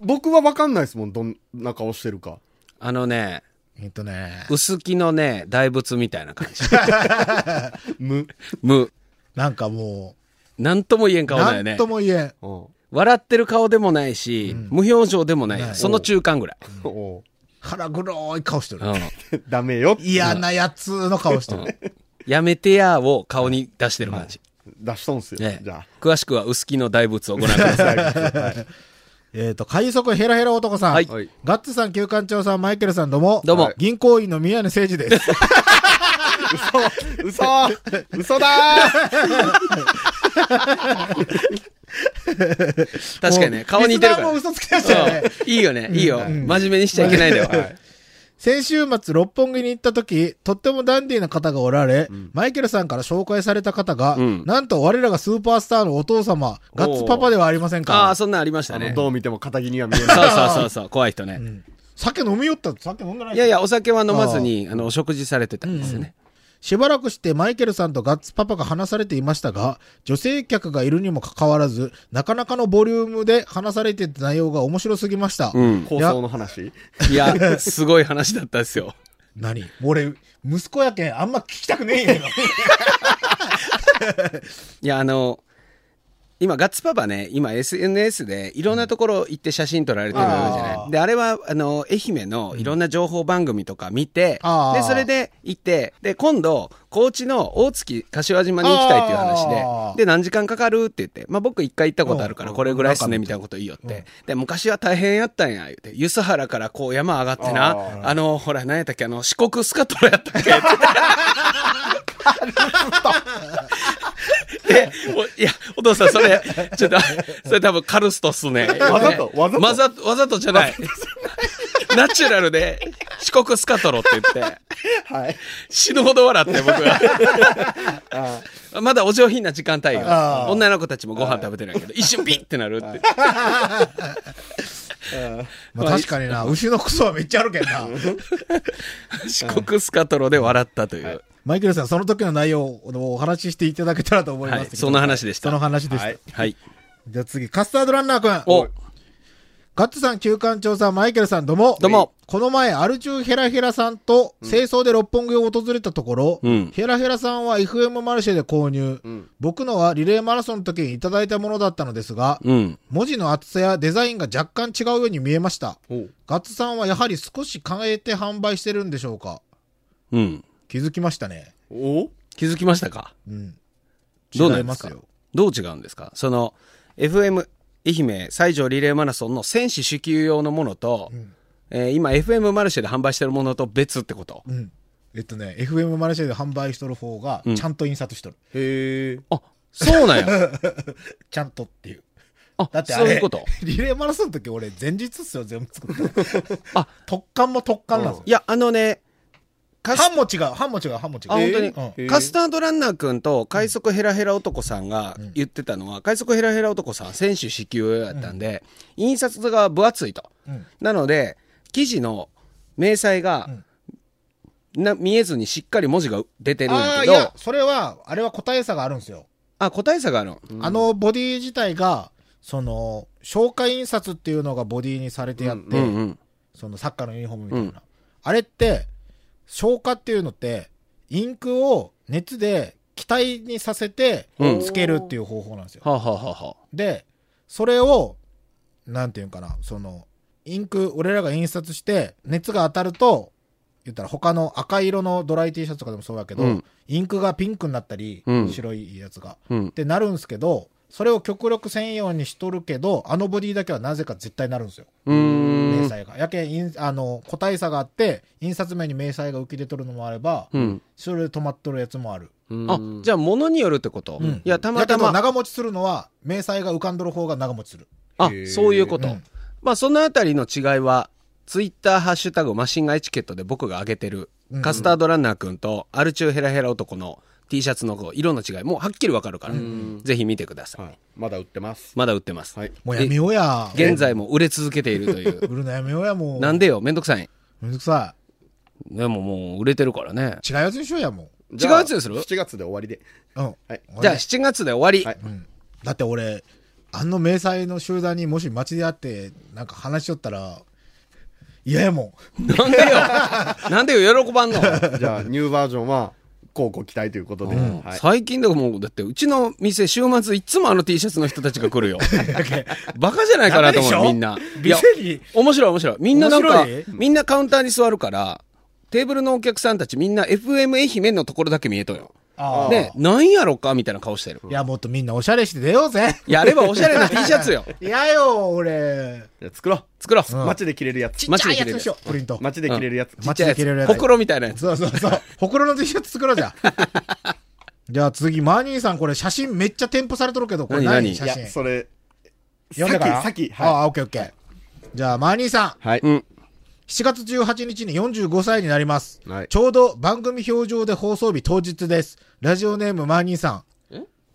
[SPEAKER 3] 僕は分かんないですもん、どんな顔してるか。
[SPEAKER 4] あのね、
[SPEAKER 2] えっとね、
[SPEAKER 4] 薄木のね、大仏みたいな感 (laughs) じ。
[SPEAKER 3] 無。
[SPEAKER 4] 無。
[SPEAKER 2] なんかも
[SPEAKER 4] なんとも言えん
[SPEAKER 2] う、
[SPEAKER 4] 顔だ
[SPEAKER 2] な
[SPEAKER 4] よ
[SPEAKER 2] ん
[SPEAKER 4] ね
[SPEAKER 2] と。も言えん。
[SPEAKER 3] おう
[SPEAKER 4] 笑ってる顔でもないし、無表情でもない。
[SPEAKER 2] ない
[SPEAKER 4] その中間ぐらい。
[SPEAKER 3] お
[SPEAKER 2] 腹黒い顔してる
[SPEAKER 4] う。ん。
[SPEAKER 3] う (laughs) ダメよ。
[SPEAKER 2] 嫌なやつの顔してる。
[SPEAKER 4] やめてやーを顔に出してる感じ。
[SPEAKER 3] 出しとんすよ。
[SPEAKER 4] ね
[SPEAKER 3] じゃ
[SPEAKER 4] 詳しくは薄木の大仏をご覧くだ
[SPEAKER 3] (laughs)
[SPEAKER 4] さい。
[SPEAKER 3] あ。
[SPEAKER 2] (laughs) えっと、快速ヘラヘラ男さん。
[SPEAKER 4] はい
[SPEAKER 3] はい
[SPEAKER 2] ガッツさん、旧館長さん、マイケルさん、どうも。
[SPEAKER 4] どうも
[SPEAKER 2] 銀行員の宮根誠司です。
[SPEAKER 3] 嘘嘘だ
[SPEAKER 4] (laughs) 確かにね、顔似てるから
[SPEAKER 2] もう。リスナーも嘘つきだしたよね。
[SPEAKER 4] うんいいよね、いいよ。真面目にしちゃいけないんだよ。
[SPEAKER 2] 先週末、六本木に行った時、とってもダンディーな方がおられ、マイケルさんから紹介された方が、
[SPEAKER 4] うん
[SPEAKER 2] なんと我らがスーパースターのお父様、ガッツパパではありません
[SPEAKER 4] ああ、
[SPEAKER 2] か。
[SPEAKER 4] そんなんありました
[SPEAKER 3] あ
[SPEAKER 4] ね
[SPEAKER 3] の、。どう見ても片着には見え
[SPEAKER 4] そう
[SPEAKER 3] ない。
[SPEAKER 4] そうそうそう、怖い人ね。
[SPEAKER 2] 酒飲みよったって酒飲んでない
[SPEAKER 4] いやいや、お酒は飲まずに、あの、お食事されてたんですよね。
[SPEAKER 2] しばらくしてマイケルさんとガッツパパが話されていましたが、女性客がいるにもかかわらず、なかなかのボリュームで話されていた内容が面白すぎました。
[SPEAKER 4] うん。
[SPEAKER 3] 構想の話
[SPEAKER 4] いや、すごい話だったですよ。
[SPEAKER 2] 何俺、息子やけん、あんま聞きたくねえんや
[SPEAKER 4] (laughs)
[SPEAKER 2] けど
[SPEAKER 4] いや、あの、今、ガッツパパね、今 SNS でいろんなところ行って写真撮られてるじゃ
[SPEAKER 2] あ
[SPEAKER 4] な
[SPEAKER 2] ー
[SPEAKER 4] い。で、あれは、あの、愛媛のいろんな情報番組とか見て
[SPEAKER 2] あ、ー
[SPEAKER 4] で、それで行って、で、今度、高知の大月柏島に行きたいっていう話
[SPEAKER 2] あー
[SPEAKER 4] で、で、何時間かかるって言って、まあ僕一回行ったことあるか
[SPEAKER 2] う
[SPEAKER 4] ら、
[SPEAKER 2] ん
[SPEAKER 4] これぐらいっすね、みたいなこと言いよって。で、昔は大変やったんや、言うて。梼原からこう山上がって
[SPEAKER 3] あ
[SPEAKER 4] な、あの、ほら、何やったっけ、あの、四国スカトラやったっけ、で、おいや、お父さん、それ、ちょっと、それ多分カルストっすね。
[SPEAKER 3] わざとわざと
[SPEAKER 4] わざわざとじゃない。ナチュラルで、四国スカトロって言って、
[SPEAKER 3] はい。
[SPEAKER 4] 死ぬほど笑って、僕は。まだお上品な時間帯
[SPEAKER 2] あ
[SPEAKER 4] が。
[SPEAKER 2] ー
[SPEAKER 4] 女の子たちもご飯食べてるんやけど、一瞬ピッってなるって。
[SPEAKER 2] まあ確かにな、牛のクソはめっちゃあるけん
[SPEAKER 4] (laughs)
[SPEAKER 2] な。
[SPEAKER 4] 四国スカトロで笑ったという。
[SPEAKER 2] マイケルさん、その時の内容をお話ししていただけたらと思います、
[SPEAKER 4] はいその話でした
[SPEAKER 2] その話でした。
[SPEAKER 3] はい
[SPEAKER 4] はい。
[SPEAKER 2] じゃあ次、カスタードランナーくん。
[SPEAKER 4] お、
[SPEAKER 2] ガッツさん、旧館長さん、マイケルさん、どうも。
[SPEAKER 4] どうも。
[SPEAKER 2] この前、アルチューヘラヘラさんと、清掃で六本木を訪れたところ、
[SPEAKER 4] うん
[SPEAKER 2] ヘラヘラさんは FM マルシェで購入、
[SPEAKER 3] ん
[SPEAKER 2] 僕のはリレーマラソンの時にいただいたものだったのですが、
[SPEAKER 4] うん。
[SPEAKER 2] 文字の厚さやデザインが若干違うように見えました。
[SPEAKER 3] おう
[SPEAKER 2] ガッツさんはやはり少し変えて販売してるんでしょうか
[SPEAKER 4] うん。
[SPEAKER 2] 気づきましたね。
[SPEAKER 3] おう
[SPEAKER 4] 気づきましたか
[SPEAKER 2] うん。
[SPEAKER 4] どうな
[SPEAKER 2] 違い
[SPEAKER 4] んで
[SPEAKER 2] ますす
[SPEAKER 4] か
[SPEAKER 2] よ。
[SPEAKER 4] どう違うんですかその、FM 愛媛西条リレーマラソンの選手支給用のものと、えー今 FM マルシェで販売してるものと別ってこと、
[SPEAKER 2] うん。えっとね、FM マルシェで販売しとる方が、ちゃんと印刷しとる。
[SPEAKER 3] へえ。
[SPEAKER 4] あ、そうなん
[SPEAKER 2] (laughs)
[SPEAKER 4] や。
[SPEAKER 2] ちゃんとっていう。
[SPEAKER 4] あ、
[SPEAKER 2] だってあ
[SPEAKER 4] そ
[SPEAKER 2] れ
[SPEAKER 4] ういうこと。
[SPEAKER 2] リレーマラソンの時俺前日っすよ、全部作った。
[SPEAKER 4] (laughs) あ
[SPEAKER 2] 特艦も特艦なんです
[SPEAKER 4] い
[SPEAKER 2] よ。
[SPEAKER 4] や、あのね、カス
[SPEAKER 2] 班も違う、班も違う、班も違う。
[SPEAKER 4] あ、本当
[SPEAKER 2] うん
[SPEAKER 4] に、
[SPEAKER 3] へー
[SPEAKER 4] カスタードランナー君と快速ヘラヘラ男さんが言ってたのは、快速ヘラヘラ男さん選手支給やったんで、印刷が分厚いと、
[SPEAKER 2] うん
[SPEAKER 4] なので記事の明細が、な見えずにしっかり文字が出てるん
[SPEAKER 2] あ
[SPEAKER 4] や
[SPEAKER 2] あ、い
[SPEAKER 4] けど
[SPEAKER 2] や、それは、あれは個体差があるんですよ。
[SPEAKER 4] あ個体差があるの
[SPEAKER 2] あのボディ自体が、その、紹介印刷っていうのがボディにされてやって、
[SPEAKER 4] うんうん
[SPEAKER 2] そのサッカーのユニフォームみたいな。あれって、消化っていうのって、インクを熱で気体にさせて
[SPEAKER 4] うん、
[SPEAKER 2] つけるっていう方法なんですよ。
[SPEAKER 4] はあ、はあはあはあ、
[SPEAKER 2] で、それを、なんていうんかな、その、インク、俺らが印刷して、熱が当たると、言ったら他の赤色のドライ T シャツとかでもそうだけど、
[SPEAKER 4] うん
[SPEAKER 2] インクがピンクになったり、
[SPEAKER 4] うん
[SPEAKER 2] 白いやつが。
[SPEAKER 4] うん
[SPEAKER 2] っ、てなるんすけど、それを極力専用にしとるけど、あのボディだけはなぜか絶対なるんですよ。
[SPEAKER 4] う
[SPEAKER 2] 明
[SPEAKER 4] ーん
[SPEAKER 2] 細が。やけんイン、あの、個体差があって、印刷面に明細が浮き出とるのもあれば、
[SPEAKER 4] うん
[SPEAKER 2] それで止まっとるやつもある。
[SPEAKER 4] あじゃあ物によるってこと、
[SPEAKER 2] うん
[SPEAKER 4] いやたまた
[SPEAKER 2] だけど
[SPEAKER 4] ま
[SPEAKER 2] 長持ちするのは、明細が浮かんどる方が長持ちする。
[SPEAKER 4] あ
[SPEAKER 3] へー
[SPEAKER 4] そういうこと、
[SPEAKER 2] うん
[SPEAKER 4] まあそのあたりの違いは、ツイッターハッシュタグマシンガンエチケットで僕が上げてる、カスタードランナーくんとアルチューヘラヘラ男の T シャツのこう色の違い、もうはっきりわかるから、ぜひ見てください。
[SPEAKER 3] はい。まだ売ってます。
[SPEAKER 4] まだ売ってます。
[SPEAKER 3] はい。
[SPEAKER 2] もうやめようや。
[SPEAKER 4] 現在も売れ続けている
[SPEAKER 2] (laughs)
[SPEAKER 4] という。
[SPEAKER 2] 売るのやめようや、もう。
[SPEAKER 4] なんでよ、めんどくさい。
[SPEAKER 2] めんどくさ
[SPEAKER 4] でももう売れてるからね。
[SPEAKER 2] い。違うやつにしようや、も
[SPEAKER 4] 違うやつにする
[SPEAKER 3] ?7 月で終わりで。
[SPEAKER 2] う。うん。
[SPEAKER 3] はい
[SPEAKER 2] 俺
[SPEAKER 4] じゃあ7月で終わり。
[SPEAKER 3] はい
[SPEAKER 2] だって俺、あの迷彩の集団にもし街で会って、なんか話しとったら、嫌やも
[SPEAKER 4] なんでよ。なんでよ、喜ばんの。
[SPEAKER 3] じゃあ、ニューバージョンは、こうご期待ということで。はい。
[SPEAKER 4] 最近でもう、だってうちの店、週末いつもあの T シャツの人たちが来るよ。バカじゃないかなと思
[SPEAKER 2] ダメでしょ
[SPEAKER 4] う、みんな。
[SPEAKER 2] ん。
[SPEAKER 4] いや、
[SPEAKER 2] に。
[SPEAKER 4] 面白い面白い。みんななんか
[SPEAKER 2] 面白い、
[SPEAKER 4] みんなカウンターに座るから、テーブルのお客さんたちみんな FM 愛媛のところだけ見えとよ。
[SPEAKER 2] ああ。
[SPEAKER 4] で、なんやろかみたいな顔してる
[SPEAKER 2] い。や、もっとみんなおしゃれして出ようぜ。
[SPEAKER 4] やればおしゃれな T シャツよ。
[SPEAKER 2] 嫌よ、俺。
[SPEAKER 3] じゃあ作ろ
[SPEAKER 4] 作ろう。
[SPEAKER 3] う。街で着れるやつ。
[SPEAKER 4] 街で着れ
[SPEAKER 2] で
[SPEAKER 4] るや
[SPEAKER 2] しょ
[SPEAKER 4] つ。、
[SPEAKER 2] プリント。
[SPEAKER 3] 街で着れるやつ。
[SPEAKER 2] 街で着れるやつ
[SPEAKER 4] ほくろみたいなやつ。
[SPEAKER 2] そうそうそう。ほくろの T シャツ作ろうじゃん。
[SPEAKER 4] (laughs)
[SPEAKER 2] じゃあ次、マーニーさん、これ写真めっちゃ添付されとるけど、これ
[SPEAKER 4] 何
[SPEAKER 2] 何
[SPEAKER 4] 何
[SPEAKER 2] 写
[SPEAKER 3] い
[SPEAKER 2] 真
[SPEAKER 3] や、。それ、
[SPEAKER 2] 読んだから
[SPEAKER 3] 先、先。
[SPEAKER 2] あ
[SPEAKER 3] は
[SPEAKER 2] あ、オッケーオッケー。じゃあ、マーニーさん。
[SPEAKER 3] い。はい。
[SPEAKER 4] うん。
[SPEAKER 2] 7月18日に45歳になります。
[SPEAKER 3] はい
[SPEAKER 2] ちょうど番組表上で放送日当日です。ラジオネームマーニーさ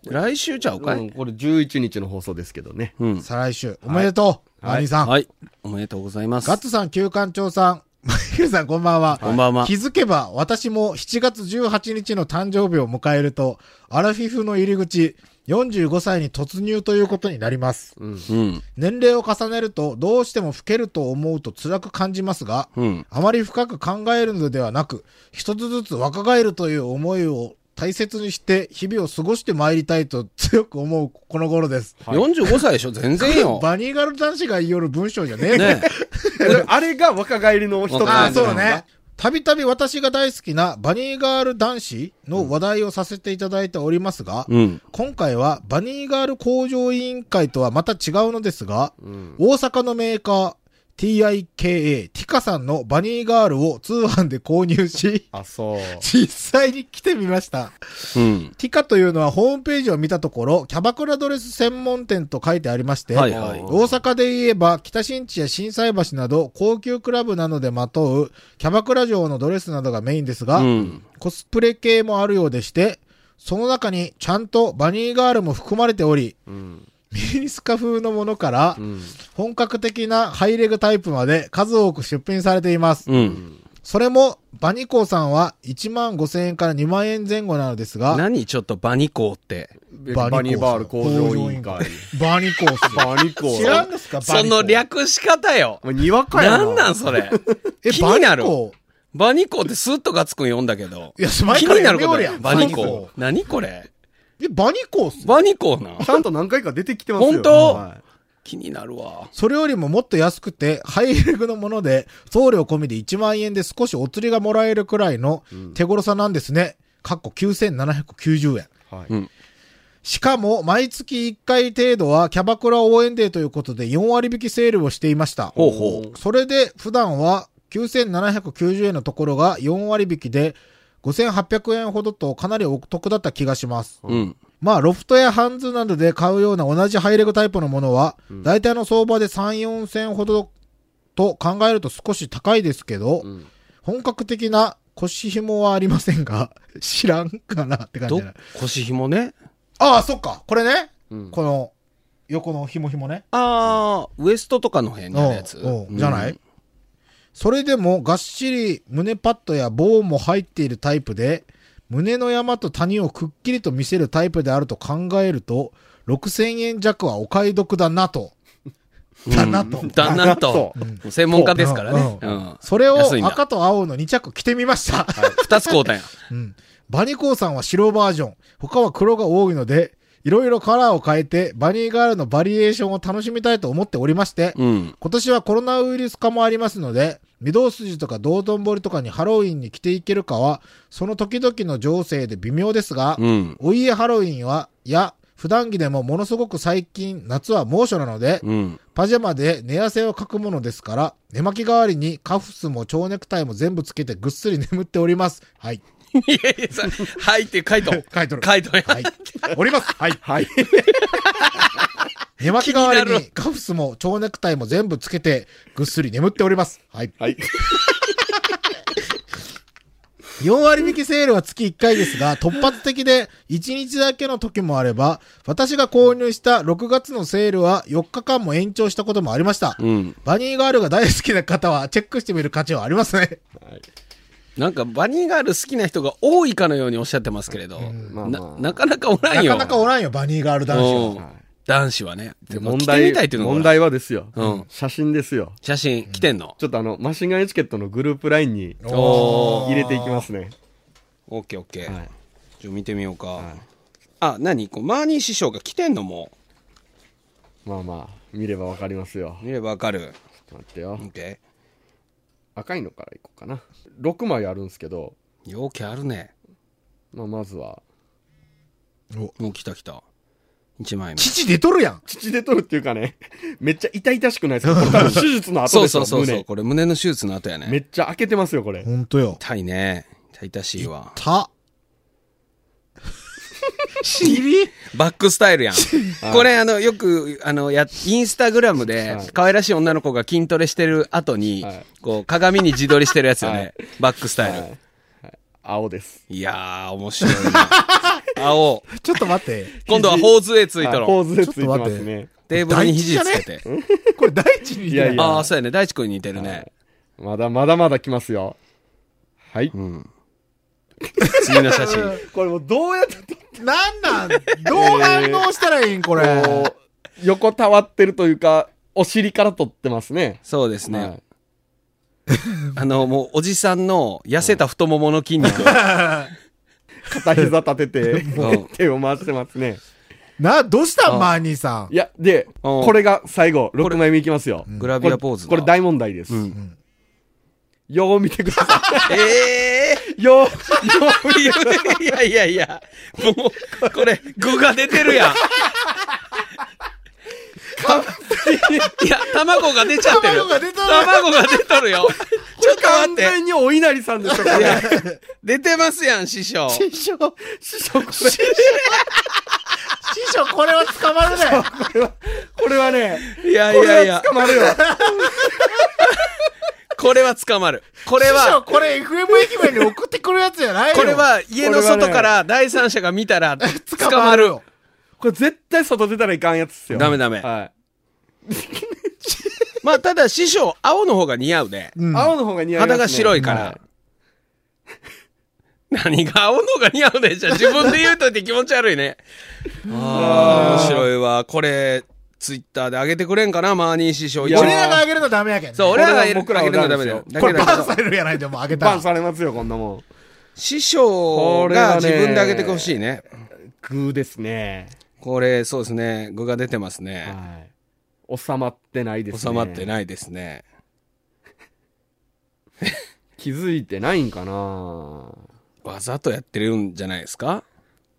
[SPEAKER 4] 来週ちゃうか
[SPEAKER 3] う
[SPEAKER 4] い
[SPEAKER 3] んこれ11日の放送ですけどね。
[SPEAKER 4] うん
[SPEAKER 2] ん。。再来週。おめでとう。マーニーさん。
[SPEAKER 4] はい。おめでとうございます。
[SPEAKER 2] ガッツさん、旧館長さん。マイケルさん、こんばんは。
[SPEAKER 4] こんばんは
[SPEAKER 2] 気づけば、私も7月18日の誕生日を迎えると、アラフィフの入り口、45歳に突入ということになります。
[SPEAKER 4] うん。
[SPEAKER 2] 年齢を重ねると、どうしても老けると思うと辛く感じますが、
[SPEAKER 4] うん。
[SPEAKER 2] あまり深く考えるのではなく、一つずつ若返るという思いを大切にして、日々を過ごしてまいりたいと強く思うこの頃です。
[SPEAKER 4] 45歳でしょ全然よ。
[SPEAKER 2] (laughs) バニーガール男子が言いよる文章じゃねえ
[SPEAKER 4] ね
[SPEAKER 3] (laughs) あれが若返り (laughs) の一
[SPEAKER 4] あ
[SPEAKER 3] つ
[SPEAKER 2] あ
[SPEAKER 3] な
[SPEAKER 2] あ、
[SPEAKER 3] んじゃ
[SPEAKER 2] そ
[SPEAKER 3] な
[SPEAKER 2] う
[SPEAKER 3] いです
[SPEAKER 2] ね
[SPEAKER 3] か。。
[SPEAKER 2] たびたび私が大好きなバニーガール男子の話題をさせていただいておりますが、
[SPEAKER 4] うん。
[SPEAKER 2] 今回はバニーガール工場委員会とはまた違うのですが、大阪のメーカー TIKA ティカさんのバニーガールを通販で購入し、
[SPEAKER 3] あ、そう。
[SPEAKER 2] (laughs) 実際に来てみました。
[SPEAKER 4] うん。
[SPEAKER 2] ティカというのはホームページを見たところ、キャバクラドレス専門店と書いてありまして、
[SPEAKER 4] はいはい
[SPEAKER 2] 大阪で言えば北新地や心斎橋など高級クラブなどでまとうキャバクラ嬢のドレスなどがメインですが、
[SPEAKER 4] うん。
[SPEAKER 2] コスプレ系もあるようでして、その中にちゃんとバニーガールも含まれており、
[SPEAKER 3] うん。
[SPEAKER 2] ミニスカ風のものから
[SPEAKER 3] うん。
[SPEAKER 2] 本格的なハイレグタイプまで数多く出品されています。
[SPEAKER 4] うん。
[SPEAKER 2] それもバニコーさんは1万5千円から2万円前後なのですが、
[SPEAKER 4] 何ちょっとバニコーって。
[SPEAKER 3] バニーバール工場委員会。
[SPEAKER 2] バニコース。
[SPEAKER 3] バニコ
[SPEAKER 2] 知らんですか
[SPEAKER 4] その略し方よ。
[SPEAKER 3] お前にわかやな。
[SPEAKER 4] なんなんそれ。気になる。バニコーってスッとガッツくん読んだけど。
[SPEAKER 2] いや前
[SPEAKER 4] 気
[SPEAKER 2] から
[SPEAKER 4] になるこ
[SPEAKER 2] 読め
[SPEAKER 4] と
[SPEAKER 2] よる
[SPEAKER 4] や
[SPEAKER 2] やん
[SPEAKER 4] バニ
[SPEAKER 2] バニ
[SPEAKER 4] コ
[SPEAKER 2] コ
[SPEAKER 4] ー。何これ
[SPEAKER 2] え、バニコース
[SPEAKER 4] バニコーな
[SPEAKER 3] ち。ゃんと何回か出てきてますよ。
[SPEAKER 4] 本当
[SPEAKER 3] はい
[SPEAKER 4] 気になるわ。
[SPEAKER 2] それよりももっと安くて、ハイレグのもので、送料込みで1万円で少しお釣りがもらえるくらいの手頃さなんですね。かっこ9790円。
[SPEAKER 3] はい。
[SPEAKER 4] うん
[SPEAKER 2] しかも、毎月1回程度はキャバクラ応援デーということで4割引きセールをしていました。
[SPEAKER 4] ほうほう。
[SPEAKER 2] それで、普段は9790円のところが4割引きで、5800円ほどとかなりお得だった気がします。
[SPEAKER 4] うん。
[SPEAKER 2] まあ、ロフトやハンズなどで買うような同じハイレグタイプのものは、大体の相場で3、4千ほどと考えると少し高いですけど、
[SPEAKER 3] ん
[SPEAKER 2] 本格的な腰紐はありませんが、 (laughs) 知らんかなって感じ
[SPEAKER 4] ど
[SPEAKER 2] じゃない、
[SPEAKER 4] 腰紐ね。
[SPEAKER 2] ああ、そっか。これね。
[SPEAKER 3] うん
[SPEAKER 2] この、横の紐紐ね。
[SPEAKER 4] あー、ウエストとかの辺のやつ。
[SPEAKER 2] おうおうじゃない、
[SPEAKER 4] うん
[SPEAKER 2] それでも、がっしり胸パッドや棒も入っているタイプで、胸の山と谷をくっきりと見せるタイプであると考えると、6000円弱はお買い得だなと。だなと。
[SPEAKER 4] だなんと
[SPEAKER 3] そ、
[SPEAKER 4] 専門家ですからね。
[SPEAKER 2] う
[SPEAKER 4] うんん。
[SPEAKER 2] それを
[SPEAKER 4] 安いんだ
[SPEAKER 2] 赤と青の2着着てみました。
[SPEAKER 4] 二つ交代や。
[SPEAKER 2] うんバニコーさんは白バージョン、他は黒が多いので、いろいろカラーを変えて、バニーガールのバリエーションを楽しみたいと思っておりまして、
[SPEAKER 4] うん。
[SPEAKER 2] 今年はコロナウイルス化もありますので、御堂筋とか道頓堀とかにハロウィンに着ていけるかは、その時々の情勢で微妙ですが、
[SPEAKER 4] うん。
[SPEAKER 2] お家ハロウィンは、や、普段着でもものすごく最近、夏は猛暑なので、
[SPEAKER 4] うん。
[SPEAKER 2] パジャマで寝汗をかくものですから、寝巻き代わりにカフスも蝶ネクタイも全部つけてぐっすり眠っております。はい。
[SPEAKER 4] いやいや、さ、はいって書いとん。
[SPEAKER 2] 書いとる
[SPEAKER 4] 書いとんや。
[SPEAKER 2] はい。おります。
[SPEAKER 4] (laughs)
[SPEAKER 2] はい。
[SPEAKER 3] はい。
[SPEAKER 2] 寝巻き代わ
[SPEAKER 4] 気にな
[SPEAKER 2] りに
[SPEAKER 4] る
[SPEAKER 2] カフスも蝶ネクタイも全部つけて、ぐっすり眠っております。はい。
[SPEAKER 3] はい。
[SPEAKER 2] 4割引きセールは月1回ですが、突発的で1日だけの時もあれば、私が購入した6月のセールは4日間も延長したこともありました。
[SPEAKER 4] うん。
[SPEAKER 2] バニーガールが大好きな方はチェックしてみる価値はありますね。
[SPEAKER 4] なんか、バニーガール好きな人が多いかのようにおっしゃってますけれど、
[SPEAKER 3] まあまあ
[SPEAKER 4] な、なかなかおら
[SPEAKER 2] なん
[SPEAKER 4] よ。
[SPEAKER 2] かなかおらんよ、バニーガール男子は。
[SPEAKER 4] うん男子はね。でも、
[SPEAKER 3] 問
[SPEAKER 4] 着て
[SPEAKER 3] 題
[SPEAKER 4] みたいっていうのが
[SPEAKER 3] 問題はですよ、
[SPEAKER 4] うん
[SPEAKER 3] 写真ですよ。
[SPEAKER 4] 写真、来てんの
[SPEAKER 3] ちょっとあの、マシンガンエチケットのグループラインに
[SPEAKER 2] おー
[SPEAKER 3] 入れていきますね。
[SPEAKER 4] オッケーオッケー。
[SPEAKER 3] はい
[SPEAKER 4] じゃあ見てみようか。あ、何こうマーニー師匠が来てんのも
[SPEAKER 3] まあまあ、見ればわかりますよ
[SPEAKER 4] う。。見ればわかる。
[SPEAKER 3] ちょっと待ってよ
[SPEAKER 4] オ。ッケ
[SPEAKER 3] 赤いのからいこうかな。6枚あるんですけど、
[SPEAKER 4] ー。容器あるね。
[SPEAKER 3] まあまずは、
[SPEAKER 4] もう来た来た。1枚目。
[SPEAKER 2] 父出とるやん。
[SPEAKER 3] 父で取るっていうかね、 (laughs) めっちゃ痛々しくないです
[SPEAKER 4] (laughs)
[SPEAKER 3] かこれ多分手術の後
[SPEAKER 4] そう
[SPEAKER 3] でしょ、
[SPEAKER 4] そうそうそう。
[SPEAKER 3] 胸。
[SPEAKER 4] これ胸の手術の後や
[SPEAKER 3] め
[SPEAKER 4] ね。
[SPEAKER 3] っちゃ開けてますよ、これ。
[SPEAKER 2] ほんとよ。
[SPEAKER 4] 痛いね。痛々しいわ。
[SPEAKER 2] た。しび
[SPEAKER 4] バックスタイルやん。これあの、よく、あの、や、インスタグラムで
[SPEAKER 3] はい、
[SPEAKER 4] 可愛らしい女の子が筋トレしてる後に
[SPEAKER 3] はい、
[SPEAKER 4] こう、鏡に自撮りしてるやつよ
[SPEAKER 3] は
[SPEAKER 4] ね
[SPEAKER 3] い。
[SPEAKER 4] バックスタイ
[SPEAKER 3] は
[SPEAKER 4] ル。
[SPEAKER 3] 青です。
[SPEAKER 4] いやー、面白いな。
[SPEAKER 3] (laughs)
[SPEAKER 4] 青。
[SPEAKER 2] ちょっと待って。
[SPEAKER 4] 今度は頬杖ついと
[SPEAKER 3] はい
[SPEAKER 4] ろ
[SPEAKER 3] ポ。ーズでついてますね。
[SPEAKER 4] テーブルに肘つけて。
[SPEAKER 2] これ大地に
[SPEAKER 3] いやいや
[SPEAKER 4] ああ、そうやね。大地君に似てるね。
[SPEAKER 3] まだまだまだ来ますよ。はい。
[SPEAKER 4] うん。次の
[SPEAKER 3] (laughs)
[SPEAKER 4] 写真。
[SPEAKER 3] これもうどうやって
[SPEAKER 2] なんなんどう反応したらいいんこれ。
[SPEAKER 3] こう、 (laughs) 横たわってるというか、お尻から撮ってますね。
[SPEAKER 4] そうです
[SPEAKER 3] は
[SPEAKER 4] ね
[SPEAKER 3] い。
[SPEAKER 4] あの、もう、おじさんの痩せた太ももの筋肉。
[SPEAKER 3] 片膝立て
[SPEAKER 4] (laughs)
[SPEAKER 3] て
[SPEAKER 4] うん、
[SPEAKER 3] 手を回してますね。
[SPEAKER 2] な、どうした
[SPEAKER 4] あ
[SPEAKER 2] んマーニーさん
[SPEAKER 3] い。や、で、
[SPEAKER 4] うん
[SPEAKER 3] これが最後、6枚目いきますよ。
[SPEAKER 4] グラビアポーズだ。
[SPEAKER 3] これこれ大問題です。
[SPEAKER 4] うん
[SPEAKER 3] よう見てくださ
[SPEAKER 4] ええ (laughs)
[SPEAKER 3] い。よう、よ
[SPEAKER 4] ー、いやいやいや、もう、これ、具が出てるやん。いや、卵が出ちゃってる。
[SPEAKER 2] 卵が出とる
[SPEAKER 4] 卵が出とるよ。ちょっ
[SPEAKER 3] う、
[SPEAKER 4] と待
[SPEAKER 3] 完
[SPEAKER 4] って。
[SPEAKER 3] 全にお稲荷さんでしょ、こ
[SPEAKER 4] い
[SPEAKER 3] れ
[SPEAKER 4] や。出てますやん、師匠。
[SPEAKER 3] 師匠、師匠、これ、
[SPEAKER 2] 師匠、これは捕まるね。
[SPEAKER 3] これは、これはね、
[SPEAKER 4] いやい
[SPEAKER 3] こ
[SPEAKER 4] やい
[SPEAKER 3] れは
[SPEAKER 4] や
[SPEAKER 3] 捕、まるよ。
[SPEAKER 4] これは捕まる。これ
[SPEAKER 2] 師匠、
[SPEAKER 4] は、
[SPEAKER 2] これ FM 愛媛に送ってくるやつじゃないよ。
[SPEAKER 4] これ、は家の外
[SPEAKER 3] これはね
[SPEAKER 4] から第三者が見たら捕
[SPEAKER 2] 捕
[SPEAKER 4] ま
[SPEAKER 2] まる
[SPEAKER 4] る。
[SPEAKER 2] よ。
[SPEAKER 3] これ絶対外出たらいかんやつっすよ。
[SPEAKER 4] ダメダメ
[SPEAKER 3] は
[SPEAKER 4] まあただ師匠、青の方が似合うで。
[SPEAKER 3] い。
[SPEAKER 2] うん
[SPEAKER 3] 青の方が似合いますね。
[SPEAKER 4] 肌が白いから
[SPEAKER 3] は
[SPEAKER 4] (laughs) 何が青の方が似合うでじゃあ自分で言うといて気持ち悪い
[SPEAKER 3] (laughs)
[SPEAKER 4] ね。ああ、面白いわ。これ、ツイッターで上げてくれんかな、マーニー師匠。
[SPEAKER 3] いや
[SPEAKER 2] 俺らがあげるのダメやけんね。
[SPEAKER 4] そう、俺らが上げ
[SPEAKER 3] 僕らは
[SPEAKER 4] るのダメだよ。だ
[SPEAKER 3] 僕らは
[SPEAKER 4] け
[SPEAKER 3] ダメです
[SPEAKER 2] バ
[SPEAKER 3] よ
[SPEAKER 2] ン
[SPEAKER 4] ど、
[SPEAKER 2] されるやないでもうあげた
[SPEAKER 3] バ
[SPEAKER 2] ら
[SPEAKER 3] ン。されますよ、こんなもん。
[SPEAKER 4] 師匠
[SPEAKER 3] これは
[SPEAKER 4] が
[SPEAKER 3] ね
[SPEAKER 4] 自分で上げてほしいね。
[SPEAKER 3] グーですね。
[SPEAKER 4] これ、そうですね。具が出てますね。
[SPEAKER 3] はい。収まってないですね。
[SPEAKER 4] 収まって
[SPEAKER 3] い。
[SPEAKER 4] ないですね。
[SPEAKER 3] 気づいてないんかな
[SPEAKER 4] わざとやってるんじゃないですか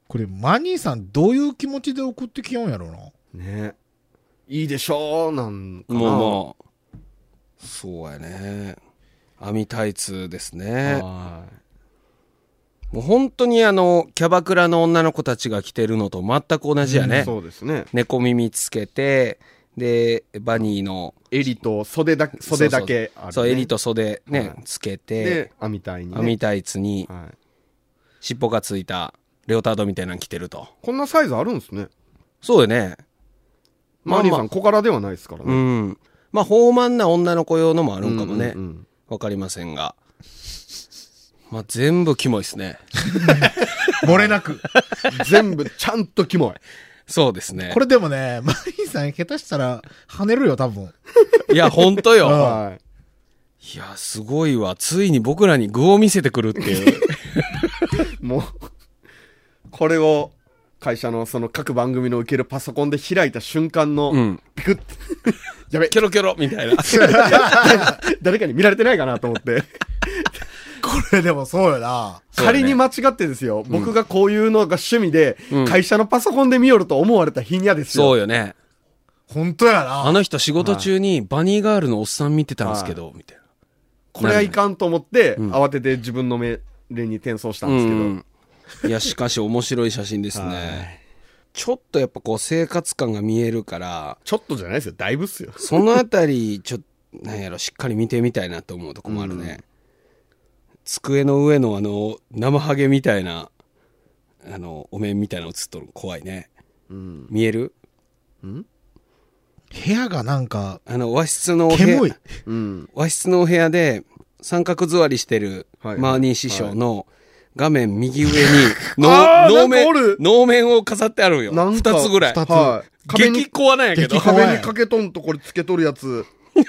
[SPEAKER 2] これ、マニーさん、どういう気持ちで送ってきようんやろうな。
[SPEAKER 3] ね。いいでしょうなんかな。
[SPEAKER 4] もうもう。そうやね。網タイツですね。
[SPEAKER 3] はい
[SPEAKER 4] もう本当にあの、キャバクラの女の子たちが着てるのと全く同じやね。
[SPEAKER 3] そうですね。
[SPEAKER 4] 猫耳つけて、で、バニーの、
[SPEAKER 3] 襟と袖だけ、袖だけある、ね。
[SPEAKER 4] そう、襟と袖ね、
[SPEAKER 3] はい
[SPEAKER 4] つけ
[SPEAKER 3] で
[SPEAKER 4] て、、
[SPEAKER 3] 網たいに、ね。
[SPEAKER 4] 網タイツに、
[SPEAKER 3] はい。
[SPEAKER 4] 尻尾がついた、レオタードみたいなの着てると。
[SPEAKER 3] こんなサイズあるんですね。
[SPEAKER 4] そうよね。まあま
[SPEAKER 3] マ
[SPEAKER 4] あ
[SPEAKER 3] リーさん小柄ではないですから
[SPEAKER 4] う
[SPEAKER 3] ね。
[SPEAKER 4] ん。まあ、豊満な女の子用のもあるんかもね。わ、
[SPEAKER 3] うんうんうん
[SPEAKER 4] かりませんが。まあ、全部キモいっすね。
[SPEAKER 2] 漏れなく。
[SPEAKER 3] 全部ちゃんとキモい。
[SPEAKER 4] そうですね
[SPEAKER 2] こ。れでもね、マニーさん、下手したら、跳ねるよ、多分。
[SPEAKER 4] いや、ほんと
[SPEAKER 3] (laughs)
[SPEAKER 4] よ。
[SPEAKER 2] うん
[SPEAKER 3] (laughs) はい。
[SPEAKER 4] いや、すごいわ。ついに僕らに具を見せてくるっていう。
[SPEAKER 3] もう、これを、会社のその各番組の受けるパソコンで開いた瞬間の、
[SPEAKER 4] うん
[SPEAKER 3] ピ
[SPEAKER 4] (laughs)
[SPEAKER 3] クッて、やべ、
[SPEAKER 4] キョロキョロみたいな。
[SPEAKER 3] (laughs) 誰かに見られてないかなと思って。
[SPEAKER 2] これでもそうよな。
[SPEAKER 4] うだね
[SPEAKER 3] 仮に間違ってですよ、僕がこういうのが趣味で、
[SPEAKER 4] うん
[SPEAKER 3] 会社のパソコンで見よると思われた日にゃですよ。
[SPEAKER 4] (laughs) そうよね。
[SPEAKER 2] 本当や
[SPEAKER 4] あ
[SPEAKER 2] な。
[SPEAKER 4] の人仕事中にバニーガールのおっさん見てたんですけど、みたいな。
[SPEAKER 3] これはいかんと思って、
[SPEAKER 4] ん
[SPEAKER 3] 慌てて自分の目、れに転送したんですけど、
[SPEAKER 4] うんいやしかし面白い写真ですねちょっとやっぱこう生活感が見えるから
[SPEAKER 3] ちょっとじゃないですよだいぶっすよ
[SPEAKER 4] そのあたりちょっと (laughs) なんやろしっかり見てみたいなと思うとこもあるね、机の上のあの生ハゲみたいなあのお面みたいなの写っとるの怖いね、見える
[SPEAKER 2] 部屋がなんか、
[SPEAKER 4] あの和室のお部
[SPEAKER 2] 煙
[SPEAKER 4] 屋
[SPEAKER 2] もい。
[SPEAKER 3] うん
[SPEAKER 4] 和室のお部屋で三角座りしてる
[SPEAKER 3] はい
[SPEAKER 4] マーニー師匠の画面右上に
[SPEAKER 3] あ (laughs)
[SPEAKER 4] の
[SPEAKER 3] ー
[SPEAKER 4] 能
[SPEAKER 3] な
[SPEAKER 4] 面
[SPEAKER 3] んかおる
[SPEAKER 4] 能面を飾ってあるんよ
[SPEAKER 3] なんか
[SPEAKER 4] 2つぐらい
[SPEAKER 2] 二つ
[SPEAKER 3] はい壁に
[SPEAKER 4] 激怖なんやけど
[SPEAKER 2] 激怖い
[SPEAKER 3] 壁にかけとんとこれつけとるやつこ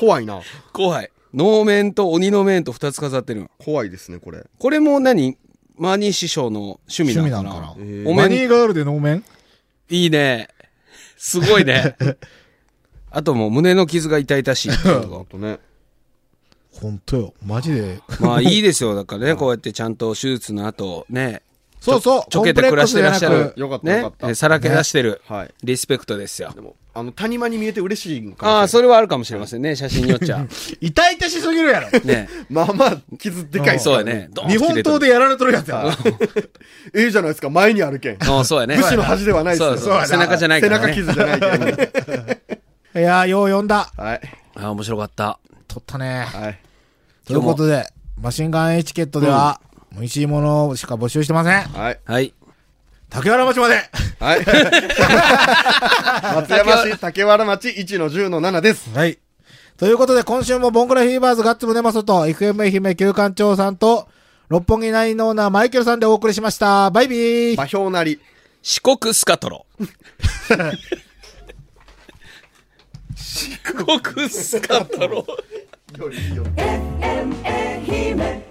[SPEAKER 3] 怖いな
[SPEAKER 4] 怖い能面と鬼の面と2つ飾ってるん
[SPEAKER 3] 怖いですねこれ
[SPEAKER 4] これも何マーニー師匠の趣味
[SPEAKER 2] 趣
[SPEAKER 4] な
[SPEAKER 2] 味
[SPEAKER 4] の
[SPEAKER 2] なん
[SPEAKER 4] かな
[SPEAKER 2] かな。
[SPEAKER 3] え
[SPEAKER 4] お
[SPEAKER 2] マ
[SPEAKER 4] 面
[SPEAKER 2] ニーガールで能面
[SPEAKER 4] いいねすごい
[SPEAKER 3] (laughs)
[SPEAKER 4] ねあともう胸の傷が痛々しいっていうの
[SPEAKER 3] (laughs) あ
[SPEAKER 4] が
[SPEAKER 3] とね
[SPEAKER 2] ほんとよ。マジで。
[SPEAKER 4] まあいいですよだからねこうやってちゃんと手術の後ね
[SPEAKER 2] そうそう。
[SPEAKER 4] ちょけて暮らしてらっしゃ
[SPEAKER 2] コンプレック
[SPEAKER 4] る
[SPEAKER 2] スじ
[SPEAKER 3] よかったよか
[SPEAKER 4] ね
[SPEAKER 3] った
[SPEAKER 4] えさらけ出してる
[SPEAKER 3] はい
[SPEAKER 4] リスペクトですよ
[SPEAKER 3] でもあの谷間に見えて嬉しいんか
[SPEAKER 4] ああ、
[SPEAKER 3] もしれ
[SPEAKER 4] それはあるかもしれませんね、写真によっ (laughs) ちゃ。
[SPEAKER 2] ゃなく痛々しすぎるやろ。
[SPEAKER 4] ね。
[SPEAKER 3] ないまあまあ傷でかいっす
[SPEAKER 4] そう
[SPEAKER 3] か
[SPEAKER 4] や
[SPEAKER 3] ら
[SPEAKER 4] ね。ドーン
[SPEAKER 2] 日
[SPEAKER 4] と切
[SPEAKER 2] 本
[SPEAKER 4] れてる
[SPEAKER 2] 刀で。やられとるやつやな。
[SPEAKER 3] ええじゃないですか前にあるけん
[SPEAKER 4] ああ、そうやね。
[SPEAKER 3] 武士の恥ではないです
[SPEAKER 4] そ
[SPEAKER 3] よ
[SPEAKER 4] うそう
[SPEAKER 2] そう
[SPEAKER 4] 背中じゃないか
[SPEAKER 3] 背
[SPEAKER 4] ら、
[SPEAKER 3] 中
[SPEAKER 4] ね。
[SPEAKER 3] 傷じゃないけ
[SPEAKER 4] (laughs)
[SPEAKER 3] ど
[SPEAKER 2] いやー、よう読んだ。
[SPEAKER 3] はい
[SPEAKER 4] ああ、面白かった。
[SPEAKER 2] 取ったね。
[SPEAKER 3] はい
[SPEAKER 2] ということで、マシンガンエチケットでは、美味しいものしか募集してません。
[SPEAKER 3] はい
[SPEAKER 4] はい。
[SPEAKER 2] 竹原町まで (laughs)
[SPEAKER 3] はい松山市竹原町1の10の7です
[SPEAKER 2] はい。ということで、今週もボンクラフィーバーズガッツムネマソと、FM 愛媛旧館長さんと、六本木ナインのオーナーマイケルさんでお送りしました。バイビー
[SPEAKER 3] 馬氷なり
[SPEAKER 4] 四国スカトロ。 (laughs) 四国スカトロ。
[SPEAKER 1] 愛媛